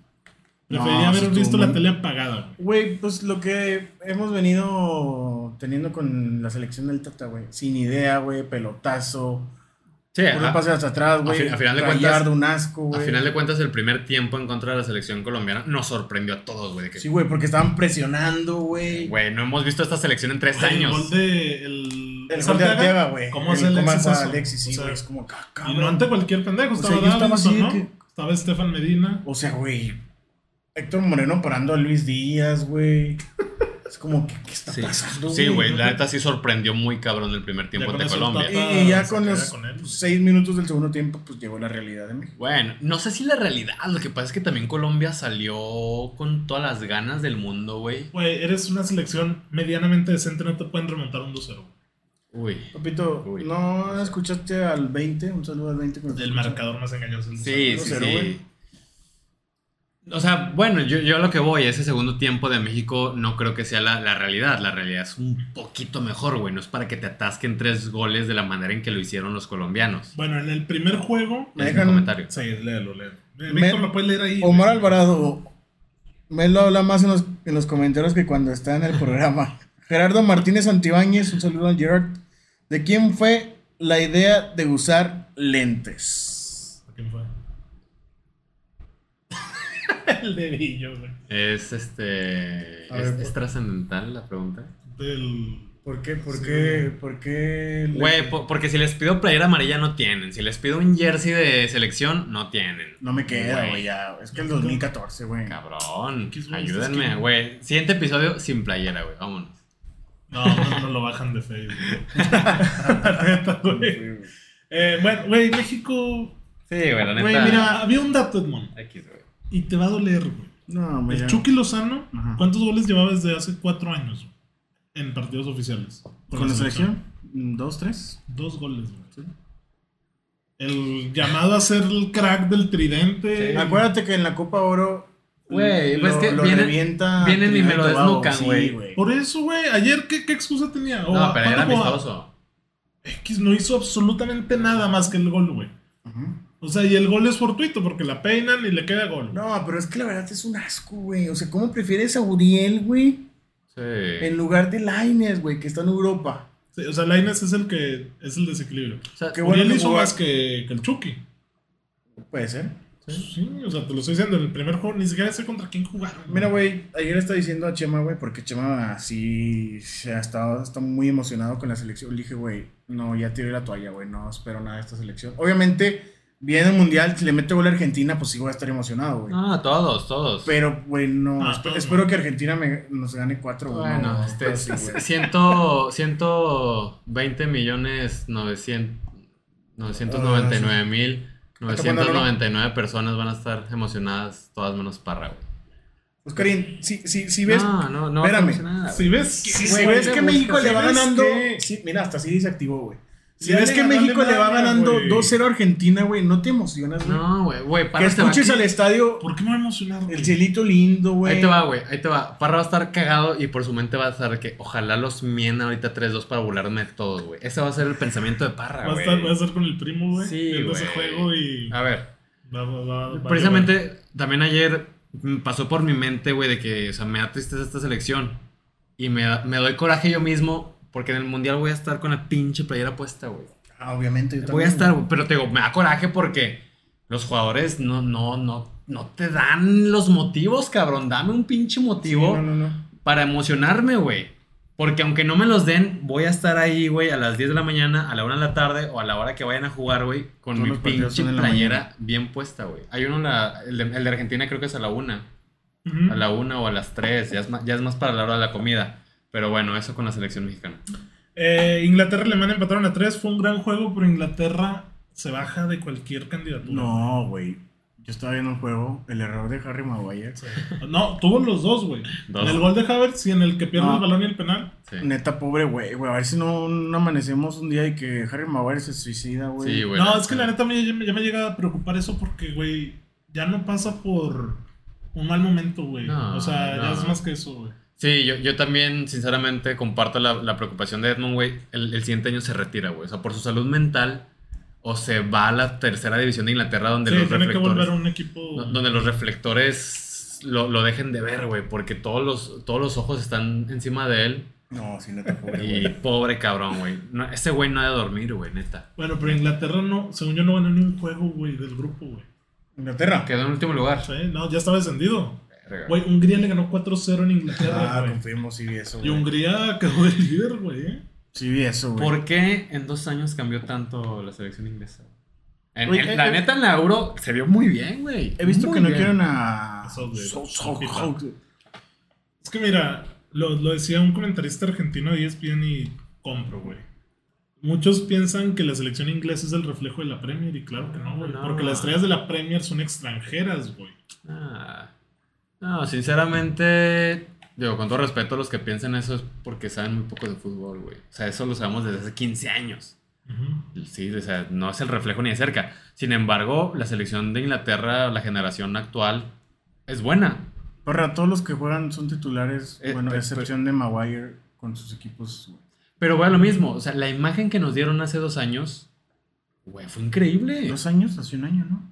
A: Preferiría
C: No,
A: haber
C: sí estuvo
A: visto la
C: muy-
A: tele apagada, güey.
C: Güey, pues lo que hemos venido teniendo con la selección del Tata, güey. Sin idea, güey. Pelotazo.
B: Sí,
C: Uno
B: a-
C: pase hacia atrás, güey.
B: fi- a final de cuentas-
C: Gallardo, un asco,
B: A
C: güey.
B: final de cuentas, el primer tiempo en contra de la selección colombiana nos sorprendió a todos, güey. de que,
C: Sí, güey, porque estaban presionando, güey.
B: Güey, no hemos visto esta selección en tres
A: El
B: años.
A: gol de. El,
C: El gol de Arteaga, güey.
A: ¿Cómo
C: El
A: hace
C: cómo
A: Alexis
C: hace
A: eso?
C: Alexis, sí,
A: O sea,
C: güey. Es como, ca-
A: Y no
C: cabrón.
A: ante cualquier pendejo.
C: O sea,
A: Estaba
C: yo estaba
A: Davinson,
C: así de
A: ¿no?
C: que-
A: Estaba Estefan Medina.
C: O sea, güey. Héctor Moreno parando a Luis Díaz, güey. Es como, ¿qué, qué está
B: Sí.
C: pasando,
B: Sí, güey, la
C: ¿No?
B: neta sí sorprendió muy cabrón el primer tiempo
A: Ya con
B: ante
A: eso
B: Colombia.
A: está-
C: Y, y ya
A: Se
C: con
A: queda
C: los
A: con él.
C: pues, seis minutos del segundo tiempo, pues llegó la realidad de México.
B: Bueno, no sé si la realidad, lo que pasa es que también Colombia salió con todas las ganas del mundo, güey.
A: Güey, eres una selección medianamente decente. No te pueden remontar un 2-0. güey.
B: Uy.
C: Papito,
B: Uy.
C: ¿no escuchaste al 20? Un saludo al 20. que nos
A: Del
C: escucha.
A: marcador más engañoso. el 2-0.
B: Sí, sí,
C: Cero, güey.
B: sí. O sea, bueno, yo, yo lo que voy, ese segundo tiempo de México no creo que sea la, la realidad. La realidad es un poquito mejor, güey. No es para que te atasquen tres goles de la manera en que lo hicieron los colombianos.
A: Bueno, en el primer juego.
C: Me
B: Es mi
C: dejan-
B: comentario.
A: Sí, léelo, léelo. Eh,
C: Me-
A: Víctor, lo puedes leer ahí.
C: Omar
A: güey.
C: Alvarado. Melo habla más en los, en los comentarios que cuando está en el programa. Gerardo Martínez Santibáñez, un saludo al Gerard. ¿De quién fue la idea de usar lentes?
A: ¿A quién fue? el dedillo, güey.
B: Es este.
C: A
B: es,
C: ver,
B: es trascendental la pregunta.
A: Del.
C: ¿Por qué? ¿Por
A: Sí.
C: qué? ¿Por qué? le-
B: Güey, po- porque si les pido playera amarilla no tienen. Si les pido un jersey de selección, no tienen.
C: No me queda,
B: Güey.
C: güey, ya. Es que el 2014, güey.
B: Cabrón,
A: ¿Qué es, güey? Es
B: ayúdenme,
A: que-
B: güey. Siguiente episodio sin playera, güey. Vámonos.
A: No, no, no lo bajan de Facebook. La neta, güey. Eh, bueno, güey, México.
B: Sí, güey, la neta.
A: Güey, mira, había un dato, Edmond.
B: X, güey.
A: Y te va a doler, güey.
C: No, me
A: El Chucky Lozano,
C: Ajá.
A: ¿cuántos goles llevaba desde hace cuatro años güey? en partidos oficiales?
C: ¿Con la selección? ¿Dos, tres?
A: Dos goles, güey. El llamado a ser el crack del tridente.
B: Sí.
C: Acuérdate que en la Copa Oro.
B: Güey,
C: lo-
B: pues que
C: lo
B: vienen-
C: revienta
B: vienen y
C: Trinidad
B: me lo
C: Tobago,
B: desnucan,
C: sí,
B: güey.
A: Por eso, güey, ayer, ¿qué, qué excusa tenía? O,
B: No, pero era
A: ¿cuándo jugaba?
B: amistoso.
A: X no hizo absolutamente nada más que el gol, güey.
C: Ajá.
A: O sea, y el gol es fortuito porque la peinan y le queda gol. güey.
C: No, pero es que la verdad es un asco, güey. O sea, ¿cómo prefieres a Uriel, güey?
B: Sí.
C: En lugar de Laines, güey, que está en Europa.
A: Sí, o sea, Lainez es el que es el desequilibrio.
B: O sea,
C: Qué bueno
A: Uriel
C: que
A: hizo
C: jugó-
A: más que, que el Chucky.
C: Puede ser.
A: Sí, o sea, te lo estoy diciendo, en el primer juego ni siquiera sé contra quién jugaron. güey.
C: Mira, güey, ayer estaba diciendo a Chema, güey, porque Chema sí se ha estado está muy emocionado con la selección. Le dije, güey, no, ya tiré la toalla, güey, no espero nada de esta selección. Obviamente, viene el mundial, si le mete gol a Argentina, pues sí voy a estar emocionado, güey.
B: No, todos, todos.
C: Pero, güey, no.
A: Ah,
C: espe-
A: todos no.
C: espero que Argentina me- nos gane 4
B: bueno, este,
C: sí, güey.
B: 100, 120 millones 900, 999 mil 999 personas van a estar emocionadas, todas menos Parra, güey.
C: Oscarín, si, si, si ves.
B: no, no, no.
C: espérame.
B: va a estar emocionada, güey.
A: Si ves,
C: Si,
A: güey,
C: ves que
A: buscas-
C: México le
A: si
C: va
A: ves
C: ganando.
A: que-
C: Sí, mira, hasta así se activó, güey. Si
A: Ya
C: ves
A: le
C: que
A: ganó
C: México le va
A: Alemania,
C: ganando
A: güey.
C: 2-0 a Argentina, güey, no te emocionas, güey.
B: No, güey, güey,
C: que
B: Parra se va
C: escuches
B: a-
C: al estadio
A: ¿Por qué me voy a emocionar, güey?
C: el cielito lindo, güey.
B: Ahí te va, güey, ahí te va. Parra va a estar cagado y por su mente va a estar que ojalá los mien ahorita 3-2 para burlarme de todos, güey. Ese va a ser el pensamiento de Parra,
A: Va a,
B: güey.
A: estar, va a estar con el primo, güey.
B: Sí,
A: viendo ese
B: güey. Ah.
A: juego y.
B: A ver,
A: va- va- va- va a
B: Precisamente, también ayer mm, pasó por mi mente, güey, de que, o sea, me da tristeza esta selección. Y me, da- me doy coraje yo mismo, porque en el mundial voy a estar con la pinche playera puesta, güey.
C: Ah, obviamente. yo
B: Voy a
C: también,
B: estar,
C: güey.
B: güey, pero te digo, me da coraje porque los jugadores no, no, no, no te dan los motivos, cabrón. Dame un pinche motivo
C: Sí, no, no, no.
B: para emocionarme, güey. Porque aunque no me los den, voy a estar ahí, güey, a las 10 de la mañana, a la 1 de la tarde o a la hora que vayan a jugar, güey, con
C: Todos
B: mi
C: los partidos
B: pinche
C: son en la
B: playera
C: mañana.
B: bien puesta, güey. Hay uno, en la- el, de, el de Argentina creo que es a la 1,
A: llevar. Ujú.
B: a la 1 o a las 3, ya es, más, ya es más para la hora de la comida. Pero bueno, eso con la selección mexicana.
A: Eh, Inglaterra y Alemania empataron a 3. Fue un gran juego, pero Inglaterra se baja de cualquier candidatura.
C: No, güey. Yo estaba viendo el juego, el error de Harry Maguire.
A: Sí. No, tuvo los dos, güey.
B: Dos.
A: En el gol de Havertz y en el que pierde
C: No.
A: el balón y el penal.
B: Sí,
C: Neta, pobre güey, güey. A ver si no, no amanecemos un día y que Harry Maguire se suicida, güey.
B: Sí, güey.
A: no, es que la neta a mí ya me, ya me llega a preocupar eso porque, güey, ya no pasa por un mal momento, güey.
B: No,
A: o sea, ya
B: no.
A: es más que eso, güey.
B: Sí, yo, yo también, sinceramente, comparto la, la preocupación de Edmond, güey. El, el siguiente año se retira, güey. O sea, por su salud mental, o se va a la tercera división de Inglaterra, donde
A: Sí,
B: los
A: tiene que volver
B: reflectores-
A: a un equipo.
B: Do- Donde los reflectores lo, lo dejen de ver, güey, porque todos los, todos los ojos están encima de él.
C: No, sí, neta, pobre
B: Y
C: güey.
B: pobre cabrón, güey. No, ese güey no ha de dormir, güey, neta.
A: Bueno, pero Inglaterra no, según yo, no ganó ni un juego, güey, del grupo, güey.
C: Inglaterra.
B: Quedó en último lugar.
A: Sí, No, ya estaba descendido.
B: Verga.
A: Güey, Hungría le ganó 4-0 en Inglaterra,
C: Ah,
A: güey.
C: confirmo, sí vi eso,
A: y
C: güey.
A: Hungría quedó de líder, güey. ¿eh?
C: Sí vi eso, güey.
B: ¿Por qué en dos años cambió tanto la selección inglesa? En-
C: Güey,
B: en-
C: eh,
B: la
C: eh,
B: neta, en la Euro se vio muy bien, güey.
C: He visto
B: Muy
C: que no
B: bien.
C: quieren a...
A: Eso, güey.
C: So- so- so-
A: Es que mira, lo, lo decía un comentarista argentino de E ESPN y compro, güey. Muchos piensan que la selección inglesa es el reflejo de la Premier y claro que no, güey.
B: No.
A: Porque las estrellas de la Premier son extranjeras, güey.
B: Ah. No, sinceramente, digo, con todo respeto, los que piensan eso es porque saben muy poco de fútbol, güey. O sea, eso lo sabemos desde hace 15 años. Sí, o sea, no es el reflejo ni de cerca. Sin embargo, la selección de Inglaterra, la generación actual, es buena.
C: Para todos los que juegan son titulares,
B: Eh,
C: bueno, a
B: pe-
C: excepción de Maguire con sus equipos. güey.
B: Pero bueno, lo mismo. O sea, la imagen que nos dieron hace dos años, güey, fue increíble.
C: Dos años, hace un año, ¿no?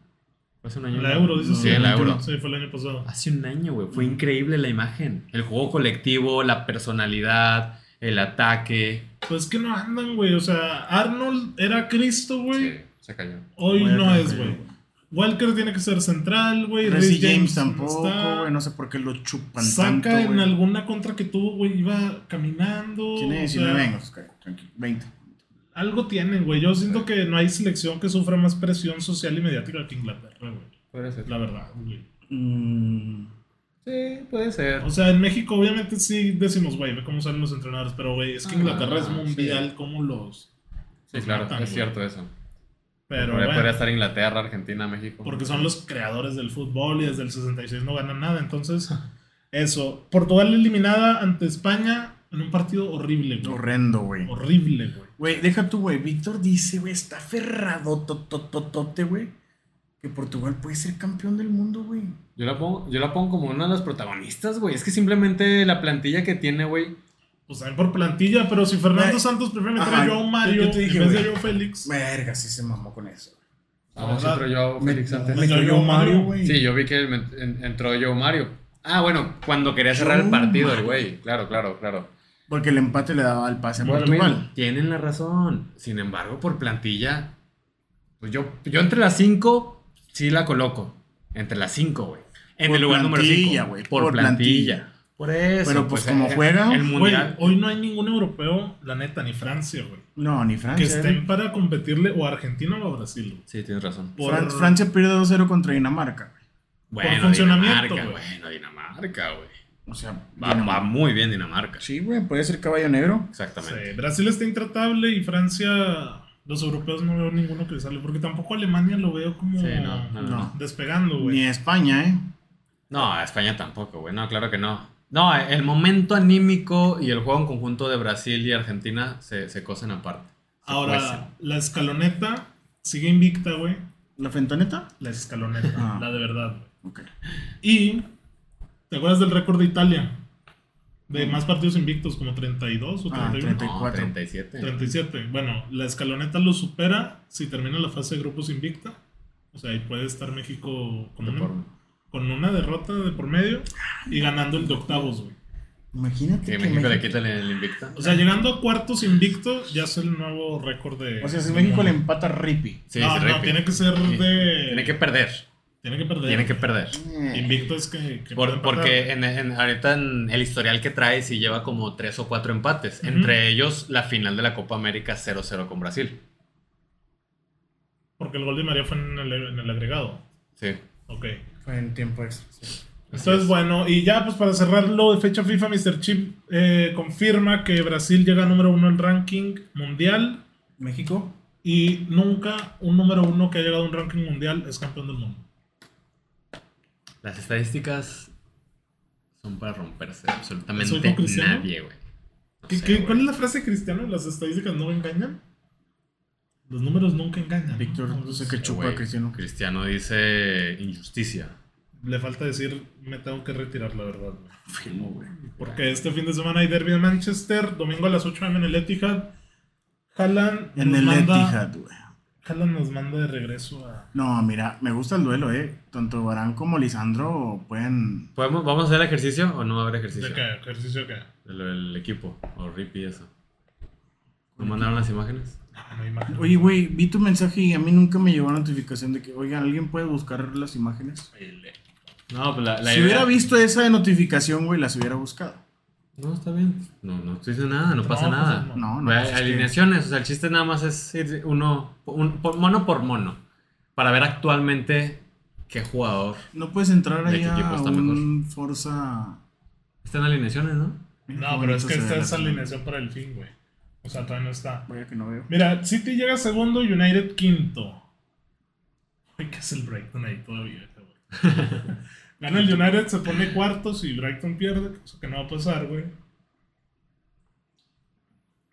B: Hace un año.
A: La
B: ¿no?
A: Euro, Mm. dices.
B: Sí, la Euro.
A: Sí, fue el año pasado.
B: Hace un año, güey. Fue increíble la imagen. El juego colectivo, la personalidad, el ataque.
A: Pues que no andan, güey. O sea, Arnold era Cristo, güey.
B: Sí, se cayó.
A: Hoy
C: Güey,
A: no
C: creo
A: es,
C: que-
A: güey. Walker tiene que ser central, güey.
C: Reece
A: Reece
C: James
A: no
C: tampoco,
A: está.
C: güey. No sé por qué lo chupan
A: Saca
C: tanto,
A: en
C: güey.
A: alguna contra que tuvo, güey, iba caminando.
C: Tiene
A: o sea,
C: 19 años, Oscar, tranquilo. 20.
A: Algo tienen, güey. Yo
C: Eh.
A: siento que no hay selección que sufra más presión social y mediática que Inglaterra, güey.
B: Puede ser.
A: La verdad, güey.
C: Mm,
B: Sí, puede ser.
A: O sea, en México obviamente sí decimos, güey, ve cómo salen los entrenadores, pero, güey, es que
B: Ah,
A: Inglaterra es
B: sí.
A: mundial como los...
B: Sí, claro,
A: matan,
B: es
A: güey.
B: cierto eso.
A: Pero,
B: podría,
A: bueno,
B: podría estar Inglaterra, Argentina, México.
A: porque son los creadores del fútbol y desde el 66 no ganan nada. Entonces, eso. Portugal eliminada ante España en un partido horrible, güey.
C: horrendo, güey.
A: Horrible, güey.
C: Güey, deja tú, güey. Víctor dice, güey, está aferrado, totototote, güey, que Portugal puede ser campeón del mundo, güey.
B: Yo la pongo, yo la pongo como una de las protagonistas, güey. Es que simplemente la plantilla que tiene, güey.
A: Pues también por plantilla, pero si Fernando
C: Güey.
A: Santos prefiere meter
C: Ajá,
A: a Joao Mario
C: yo te dije,
A: en vez de
C: güey.
A: Joao Félix.
C: Verga, sí se mamó con eso.
A: La
B: Vamos,
A: verdad,
B: entró yo Félix antes.
A: me-
C: cayó Mario, güey.
B: Sí, yo vi que me- en- entró Joe Mario. Ah, bueno, cuando quería cerrar el
C: Joe
B: partido, el
C: Mario.
B: güey. Claro, claro, claro.
C: Porque el empate le daba el pase a
B: Bueno,
C: Portugal.
B: miren, tienen la razón. Sin embargo, por plantilla, pues yo, yo entre las 5 sí la coloco. Entre las 5, güey. En
C: Por
B: el lugar número
C: plantilla,
B: 5.
C: güey,
B: Por,
C: por
B: plantilla.
C: plantilla.
B: Por eso.
C: Pero, pues, como
B: eh,
C: juega,
B: El
A: Güey,
B: mundial.
A: hoy no hay ningún europeo, la neta, ni Francia, güey.
C: No, ni
A: Que
C: Francia. eh.
A: estén para competirle o a Argentina o a Brasil. güey.
B: Sí, tienes razón.
A: Por,
C: Fran- Francia pierde 2-0 contra Dinamarca, güey.
B: Bueno,
A: funcionamiento, pues.
B: Dinamarca,
A: güey.
B: bueno, Dinamarca, güey.
C: O sea,
B: Va, va muy bien Dinamarca.
C: Sí, güey, puede ser caballo negro.
B: Exactamente.
A: Sí, Brasil está intratable y Francia, los europeos no veo ninguno que le sale. Porque tampoco Alemania lo veo como
B: Sí, no, no, no.
C: No.
A: despegando,
C: Ni
A: güey.
C: España, ¿eh?
B: No, a España tampoco, güey. No, claro que no. No, el momento anímico y el juego en conjunto de Brasil y Argentina se, se cosen aparte. cuecen.
A: Ahora, la escaloneta sigue invicta, güey.
C: ¿La fentaneta?
A: La escaloneta,
C: Ah.
A: la de verdad. güey.
C: Ok.
A: Y, ¿te acuerdas del récord de Italia? De más partidos invictos, como 32 o
C: Ah,
A: 31.
B: No,
C: 34.
B: 37.
A: 37. Bueno, la escaloneta lo supera si termina la fase de grupos invicta. O sea, ahí puede estar México con,
B: De
A: una,
B: por-
A: con una derrota de por medio
C: Ah,
A: y ganando el de octavos, güey.
C: Imagínate.
B: Que
C: que
B: México le
C: México-
B: quita el invicta.
A: O
C: Ah.
A: sea, llegando a cuartos invicto, ya es el nuevo récord de.
C: O sea, si
A: del
C: México le
A: mundo.
C: empata a Rippy.
B: Sí,
A: no,
B: se
A: no,
B: repite.
A: tiene que ser
B: Sí.
A: de.
B: Tiene que perder.
A: tiene que perder.
B: Tiene que perder.
A: Invicto es que. que
B: Por-
A: puede empatar.
B: porque en, en- ahorita en el historial que trae sí lleva como tres o cuatro empates.
A: Ujú.
B: Entre ellos la final de la Copa América 0-0 con Brasil.
A: Porque el gol de María fue en el, en el agregado.
B: Sí.
A: Ok.
C: Fue en tiempo extra. sí.
A: Entonces, bueno, y ya pues para cerrarlo de fecha FIFA, Mr. Chip eh, confirma que Brasil llega número uno en ranking mundial
C: ¿México?
A: y nunca un número uno que ha llegado a un ranking mundial es campeón del mundo.
B: Las estadísticas son para romperse
A: ¿Soy
B: absolutamente
A: con Cristiano?
B: nadie, güey. No
A: ¿Qué-
B: sé,
A: qué-
B: güey.
A: ¿Cuál es la frase de Cristiano? ¿Las estadísticas no engañan? Los números nunca engañan.
C: Víctor,
A: No,
C: no sé
A: pues,
C: qué
B: Eh,
C: chupa
B: güey,
C: Cristiano.
B: Cristiano dice injusticia.
A: Le falta decir, me tengo que retirar, la verdad. güey.
C: Firmo, güey.
A: Porque este fin de semana hay derby de Manchester, domingo a las 8 am en el Etihad. Haaland
C: En
A: nos
C: el
A: manda-
C: Etihad, güey.
A: Haaland nos manda de regreso a...
C: No, mira, me gusta el duelo, eh. Tanto Barán como Lisandro pueden.
B: ¿Podemos, ¿Vamos a hacer ejercicio o no va a haber ejercicio?
A: ¿De qué? ¿Ejercicio de qué?
B: De lo del equipo, o RIP y eso. ¿No mandaron las imágenes?
A: No, no hay imagen.
C: Oye, güey, vi tu mensaje y a mí nunca me llegó notificación de que, oigan, ¿alguien puede buscar las imágenes?
B: No, pues la, la
C: si
B: idea-
C: hubiera visto esa de notificación, güey, las hubiera buscado.
B: No, está bien. No, no estoy diciendo nada, no pasa
A: No, pues,
B: nada.
A: no.
C: No, no.
B: Ve,
C: pues es que-
B: alineaciones, o sea, el chiste nada más es ir uno, un, por- mono por mono, para ver actualmente qué jugador.
C: No puedes entrar
B: ¿De qué
C: ahí a
B: equipo está
C: un Forza.
B: Están alineaciones, ¿no?
C: Mira qué
A: No, pero es
C: bonito
A: que
C: se
A: esta
C: ve
A: es
C: la-
A: alineación para el fin, güey. O sea, todavía no está.
C: Vaya que no veo.
A: Mira, City llega segundo, United quinto. Uy, ¿qué es el Brighton ahí todavía? este güey. Gana el United, se pone cuartos y Brighton pierde, cosa que no va a pasar, güey.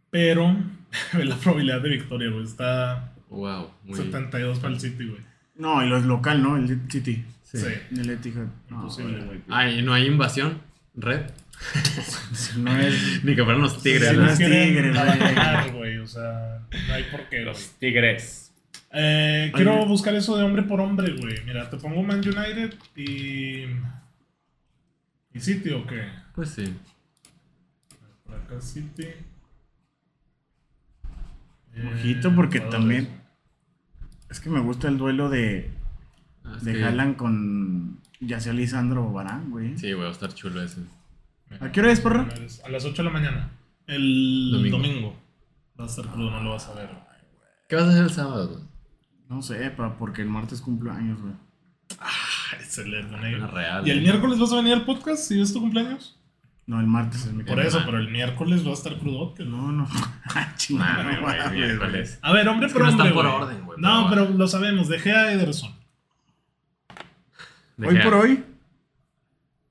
A: Pero, ve la probabilidad de victoria, güey. Está
B: Wow, muy
A: 72 para el City, güey.
C: No, y lo es local, ¿no? El City.
A: Sí.
B: sí.
C: El Etihad. No,
A: Imposible, güey.
B: Ay, no hay invasión, red.
C: si no es.
B: Ni que fueran los tigres.
C: Sí,
A: no
B: ¿verdad?
C: los tigres, güey.
A: güey. O sea, no hay por qué, güey.
B: tigres.
A: Eh, quiero
C: Oye.
A: buscar eso de hombre por hombre, güey. Mira, te pongo Man United y. ¿Y City o qué?
B: Pues sí.
A: Por acá City. Eh,
C: Ojito, porque
A: jugadores.
C: también- Es que me gusta el duelo de,
B: Ah, es
C: de
B: que-
C: Haaland con. Ya sea Lisandro o Barán, güey.
B: Sí, güey, va a estar chulo ese.
A: Mira,
C: ¿A qué hora es, porra?
A: A las 8 de la mañana. El domingo.
B: Domingo.
A: Va a estar crudo, no lo vas a ver. güey.
B: ¿Qué vas a hacer el sábado, güey?
C: No sé, pa, porque el martes cumpleaños, güey.
A: Ah, Excelente,
B: Una
A: negro.
B: real.
A: ¿Y el
B: güey.
A: miércoles vas a venir al podcast si es tu cumpleaños?
C: No, el martes es mi
A: Por
B: Ajá.
A: eso, pero el miércoles va a estar crudote, ¿no?
C: No, no.
B: Nah,
C: Chingada, no
B: Ah, güey,
C: mames,
B: miércoles.
A: A ver, hombre
B: Es que
A: por
B: no
A: hombre.
B: están por
A: güey.
B: orden, güey,
A: No,
B: pero
A: pero lo sabemos, dejé a Ederson.
B: De
C: güey. Hoy
B: que-
C: por hoy,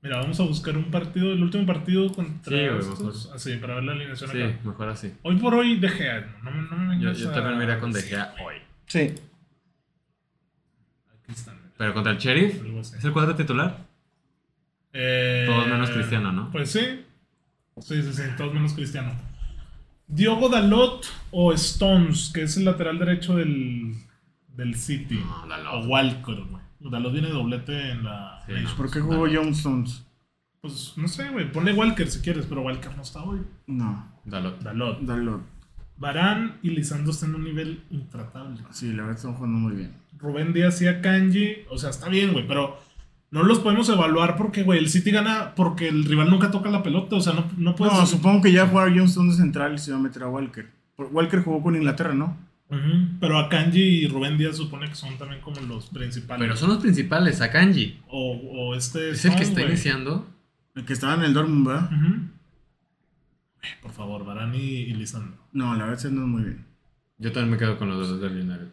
A: Mira, vamos a buscar un partido, el último partido contra
B: Sí, güey,
A: estos.
B: mejor.
A: Así, para ver la alineación
B: Sí,
A: acá.
B: mejor así.
A: Hoy por hoy De Gea, no, no, no me
B: Yo,
A: vengas
B: yo
A: a-
B: también me iría con De
A: Sí,
B: Gea
A: güey,
B: hoy.
C: sí.
A: Aquí están.
B: Pero contra el Sheriff,
A: algo así.
B: ¿es el cuadro titular?
A: Eh,
B: Todos menos Cristiano, ¿no?
A: Pues sí. Sí, sí, sí, todos menos Cristiano. Diogo Dalot o Stones, que es el lateral derecho del, del City.
B: No,
A: O
B: Dalot.
A: Walker, güey. Dalot viene doblete en la...
B: Sí,
A: Nations.
B: no.
C: ¿Por qué jugó
B: Dale.
C: John Stones?
A: Pues no sé, güey. Ponle Walker si quieres, pero Walker no está hoy.
C: No,
B: Dalot.
A: Dalot.
C: dalo.
A: Barán y Lisandro están en un nivel intratable.
C: Sí, la verdad están jugando muy bien.
A: Rubén Díaz y a Kanji, o sea, está bien, güey, pero no los podemos evaluar porque, güey, el City gana porque el rival nunca toca la pelota, o sea, no, no puedes.
C: no, supongo que ya jugar John Stones de central y se va a meter a Walker. Por- Walker jugó con Inglaterra, ¿no?
A: Ujú, Pero a Kanji y Rubén Díaz supone que son también como los principales.
B: Pero son los principales, a Kanji.
A: O, o este.
B: Es el que
A: Son,
B: está
A: güey.
B: iniciando.
C: El que estaba en el Dortmund, ¿verdad?
A: Ujú. Güey, Por favor, Barán y, y Lisandro.
C: No, la verdad se andó muy bien.
B: Yo también me quedo con los dos del United.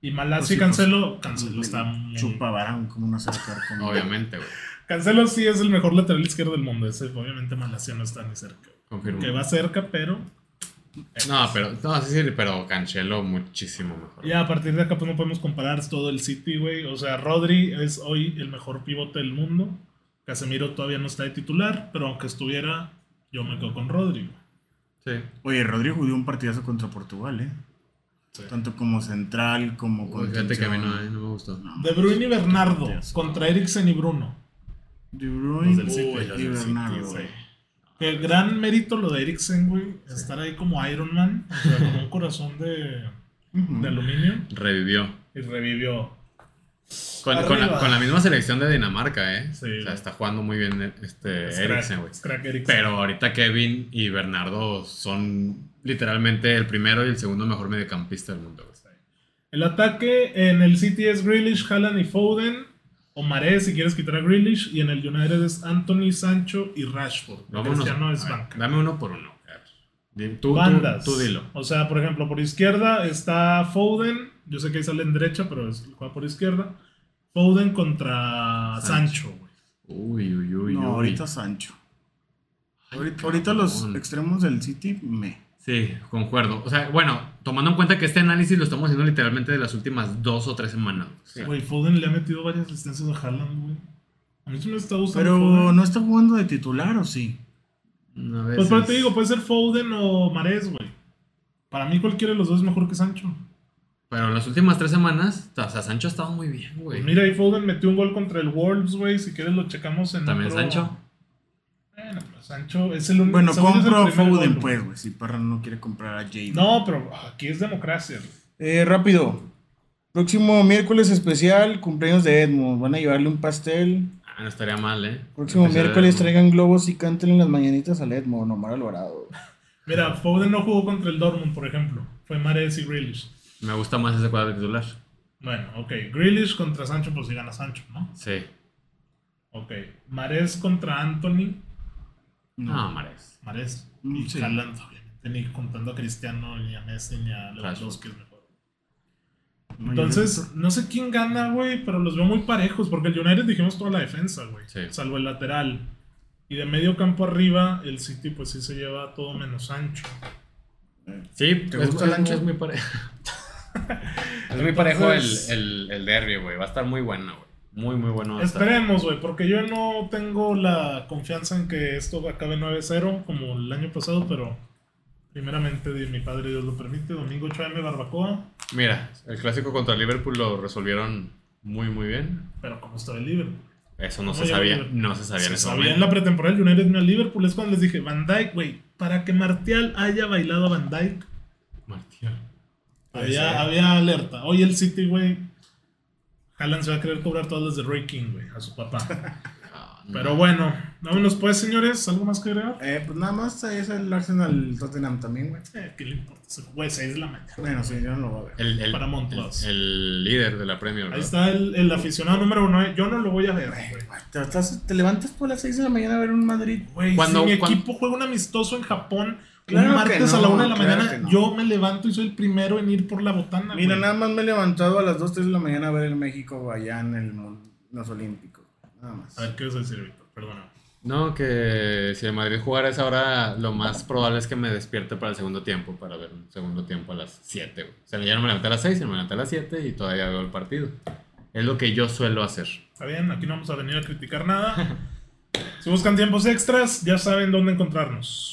A: Y Malasia
C: Pues sí,
A: y Cancelo. Cancelo está muy-
C: Chupa Barán como una cerca. como-
B: Obviamente, güey.
A: Cancelo sí es el mejor lateral izquierdo del mundo. Ese, obviamente, Malasia no está ni cerca.
B: Confirmo.
A: Que va cerca, pero
B: No, pero, no, sí, sí, pero Cancelo muchísimo mejor.
A: Y a partir de acá pues no podemos comparar todo el City, güey. O sea, Rodri es hoy el mejor pivote del mundo. Casemiro todavía no está de titular, pero aunque estuviera, yo me quedo con Rodri. güey.
B: Sí.
C: Oye, Rodrigo dio un partidazo contra Portugal, ¿eh?
A: Sí.
C: Tanto como central, como
B: Uy, Fíjate que a mí no, eh, no me gustó.
A: De Bruyne y Bernardo contra Eriksen y Bruno.
C: De
A: Los
C: Bruyne
A: del City,
C: uy,
A: los
C: y
A: del City,
C: Bernardo,
A: güey.
C: güey.
A: Que gran mérito lo de Eriksen, güey. Estar ahí como Iron Man, o sea, con un corazón de, de
C: Ujú.
A: aluminio
B: Revivió.
A: y revivió.
B: Con, con
A: Arriba.
B: la, con la misma selección de Dinamarca, ¿eh?
A: Sí.
B: O sea, está jugando muy bien eh, este
A: Es
B: Eriksen,
A: crack,
B: güey.
A: es crack Eriksen.
B: Pero ahorita Kevin y Bernardo son literalmente el primero y el segundo mejor mediocampista del mundo. güey.
A: El ataque en el City es Grealish, Haaland y Foden. O Maré, si quieres quitar a Grealish. Y en el United es Anthony, Sancho y Rashford.
B: Vámonos.
A: Cristiano es
B: A ver,
A: banca.
B: Dame uno por uno. a ver. Di- Tú, tú-
A: Bandas.
B: tú dilo.
A: O sea, por ejemplo, por izquierda está Foden. Yo sé que ahí sale en derecha, pero es, juega por izquierda. Foden contra
B: Sancho.
A: Sancho, güey.
B: Uy, uy, uy.
C: No,
B: uy.
C: ahorita Sancho. Ahorita, ahorita
B: cabrón.
C: los extremos del City, me.
B: Sí, concuerdo. O sea, bueno, tomando en cuenta que este análisis lo estamos haciendo literalmente de las últimas dos o tres semanas.
A: Güey, Foden le ha metido varias asistencias a Haaland, güey. A mí sí me está gustando.
C: Pero
A: Foden.
C: no está jugando de titular, ¿o sí?
B: A veces-
A: Pues pero te digo, puede ser Foden o Marés, güey. Para mí cualquiera de los dos es mejor que Sancho.
B: Pero en las últimas tres semanas, o sea, Sancho ha estado muy bien, güey.
A: Pues mira, ahí Foden metió un gol contra el Wolves, güey. Si quieres lo checamos en
B: También
A: otro-
B: Sancho.
A: Bueno, pero Sancho es el único...
C: Bueno,
A: según yo es el
C: compro a
A: primer
C: Foden,
A: gol, güey.
C: pues, güey. Si Parra no quiere comprar a Jade.
A: No, pero aquí es democracia, güey.
C: Eh, rápido. Próximo miércoles especial, cumpleaños de Edmund. Van a llevarle un pastel.
B: Ah, no estaría mal, ¿eh?
C: Próximo
B: Empezar-
C: miércoles traigan globos y canten las mañanitas al Edmund, Omar Alvarado.
A: Mira, Foden no jugó contra el Dortmund, por ejemplo. Fue Mares y Grealish.
B: Me gusta más ese cuadro titular.
A: Bueno, ok. Grealish contra Sancho, pues si gana Sancho, ¿no?
B: Sí.
A: Ok. Mares contra Anthony.
B: No,
A: Ah.
B: Mares.
A: Mares.
C: Mm,
A: Y
C: sí.
A: Haaland, obviamente. Ni contando a Cristiano, ni a Messi, ni a Lewandowski es mejor. Entonces, no sé quién gana, güey, pero los veo muy parejos. Porque el United dijimos toda la defensa, güey.
B: Sí.
A: Salvo el lateral. Y de medio campo arriba, el City, pues sí se lleva todo menos Sancho.
B: Sí,
C: ¿Te
B: es,
C: gusta
B: es-
C: Sancho?
B: es muy parejo. es muy parejo el,
A: Entonces-
B: el, el derbi, güey. Va a estar muy bueno, güey. Muy, muy bueno. va a estar.
A: Esperemos, güey, porque yo no tengo la confianza en que esto acabe 9-0 como el año pasado, pero primeramente di- mi padre Dios lo permite, domingo 8M barbacoa,
B: Mira, el clásico contra Liverpool lo resolvieron muy, muy bien.
A: pero como estaba el Liverpool.
B: Eso no
A: No,
B: se
A: yo
B: sabía.
A: creo que-
B: No se sabía en
A: Se
B: ese
A: sabía en
B: momento.
A: la pretemporada el United no el Liverpool, es cuando les dije, Van Dyke, güey, para que Martial haya bailado a Van Dyke,
B: Martial.
A: había, había alerta. Hoy el City, güey, Haaland se va a querer cobrar todas las de Roy King, güey, a su papá.
B: Ah, no.
A: pero bueno, vámonos pues, señores, ¿algo más que agregar?
C: Eh, pues nada más es el Arsenal Tottenham también, güey.
A: Eh, ¿Qué le importa? Se jugó de 6 de la mañana.
C: Bueno, sí, yo no lo voy a ver.
B: El, el,
A: Para Montclaus.
B: el, el líder de la Premier,
A: Ahí
B: ¿verdad?
A: está el, el aficionado número uno. eh. Yo no lo voy a ver. güey.
C: Te, estás- te levantas por las 6 de la mañana a ver un Madrid.
A: Güey,
B: Cuando-
A: si mi
B: cuando-
A: equipo juega un amistoso en Japón,
C: Claro
A: un
C: que
A: martes
C: no,
A: a la una de la
C: claro
A: mañana,
C: que no.
A: yo me levanto y soy el primero en ir por la botana.
C: Mira,
A: güey.
C: nada más me he levantado a las 2, 3 de la mañana a ver el México allá en el, mun- los Olímpicos. Nada más.
A: A ver, ¿qué vas a decir, Víctor? Perdóname.
B: No, que si el Madrid jugara a esa hora, lo más probable es que me despierte para el segundo tiempo, para ver un segundo tiempo a las 7. güey. O sea, ya no me levanté a las 6, me levanté a las 7 y todavía veo el partido. Es lo que yo suelo hacer.
A: Está bien, aquí no vamos a venir a criticar nada. si buscan tiempos extras, ya saben dónde encontrarnos.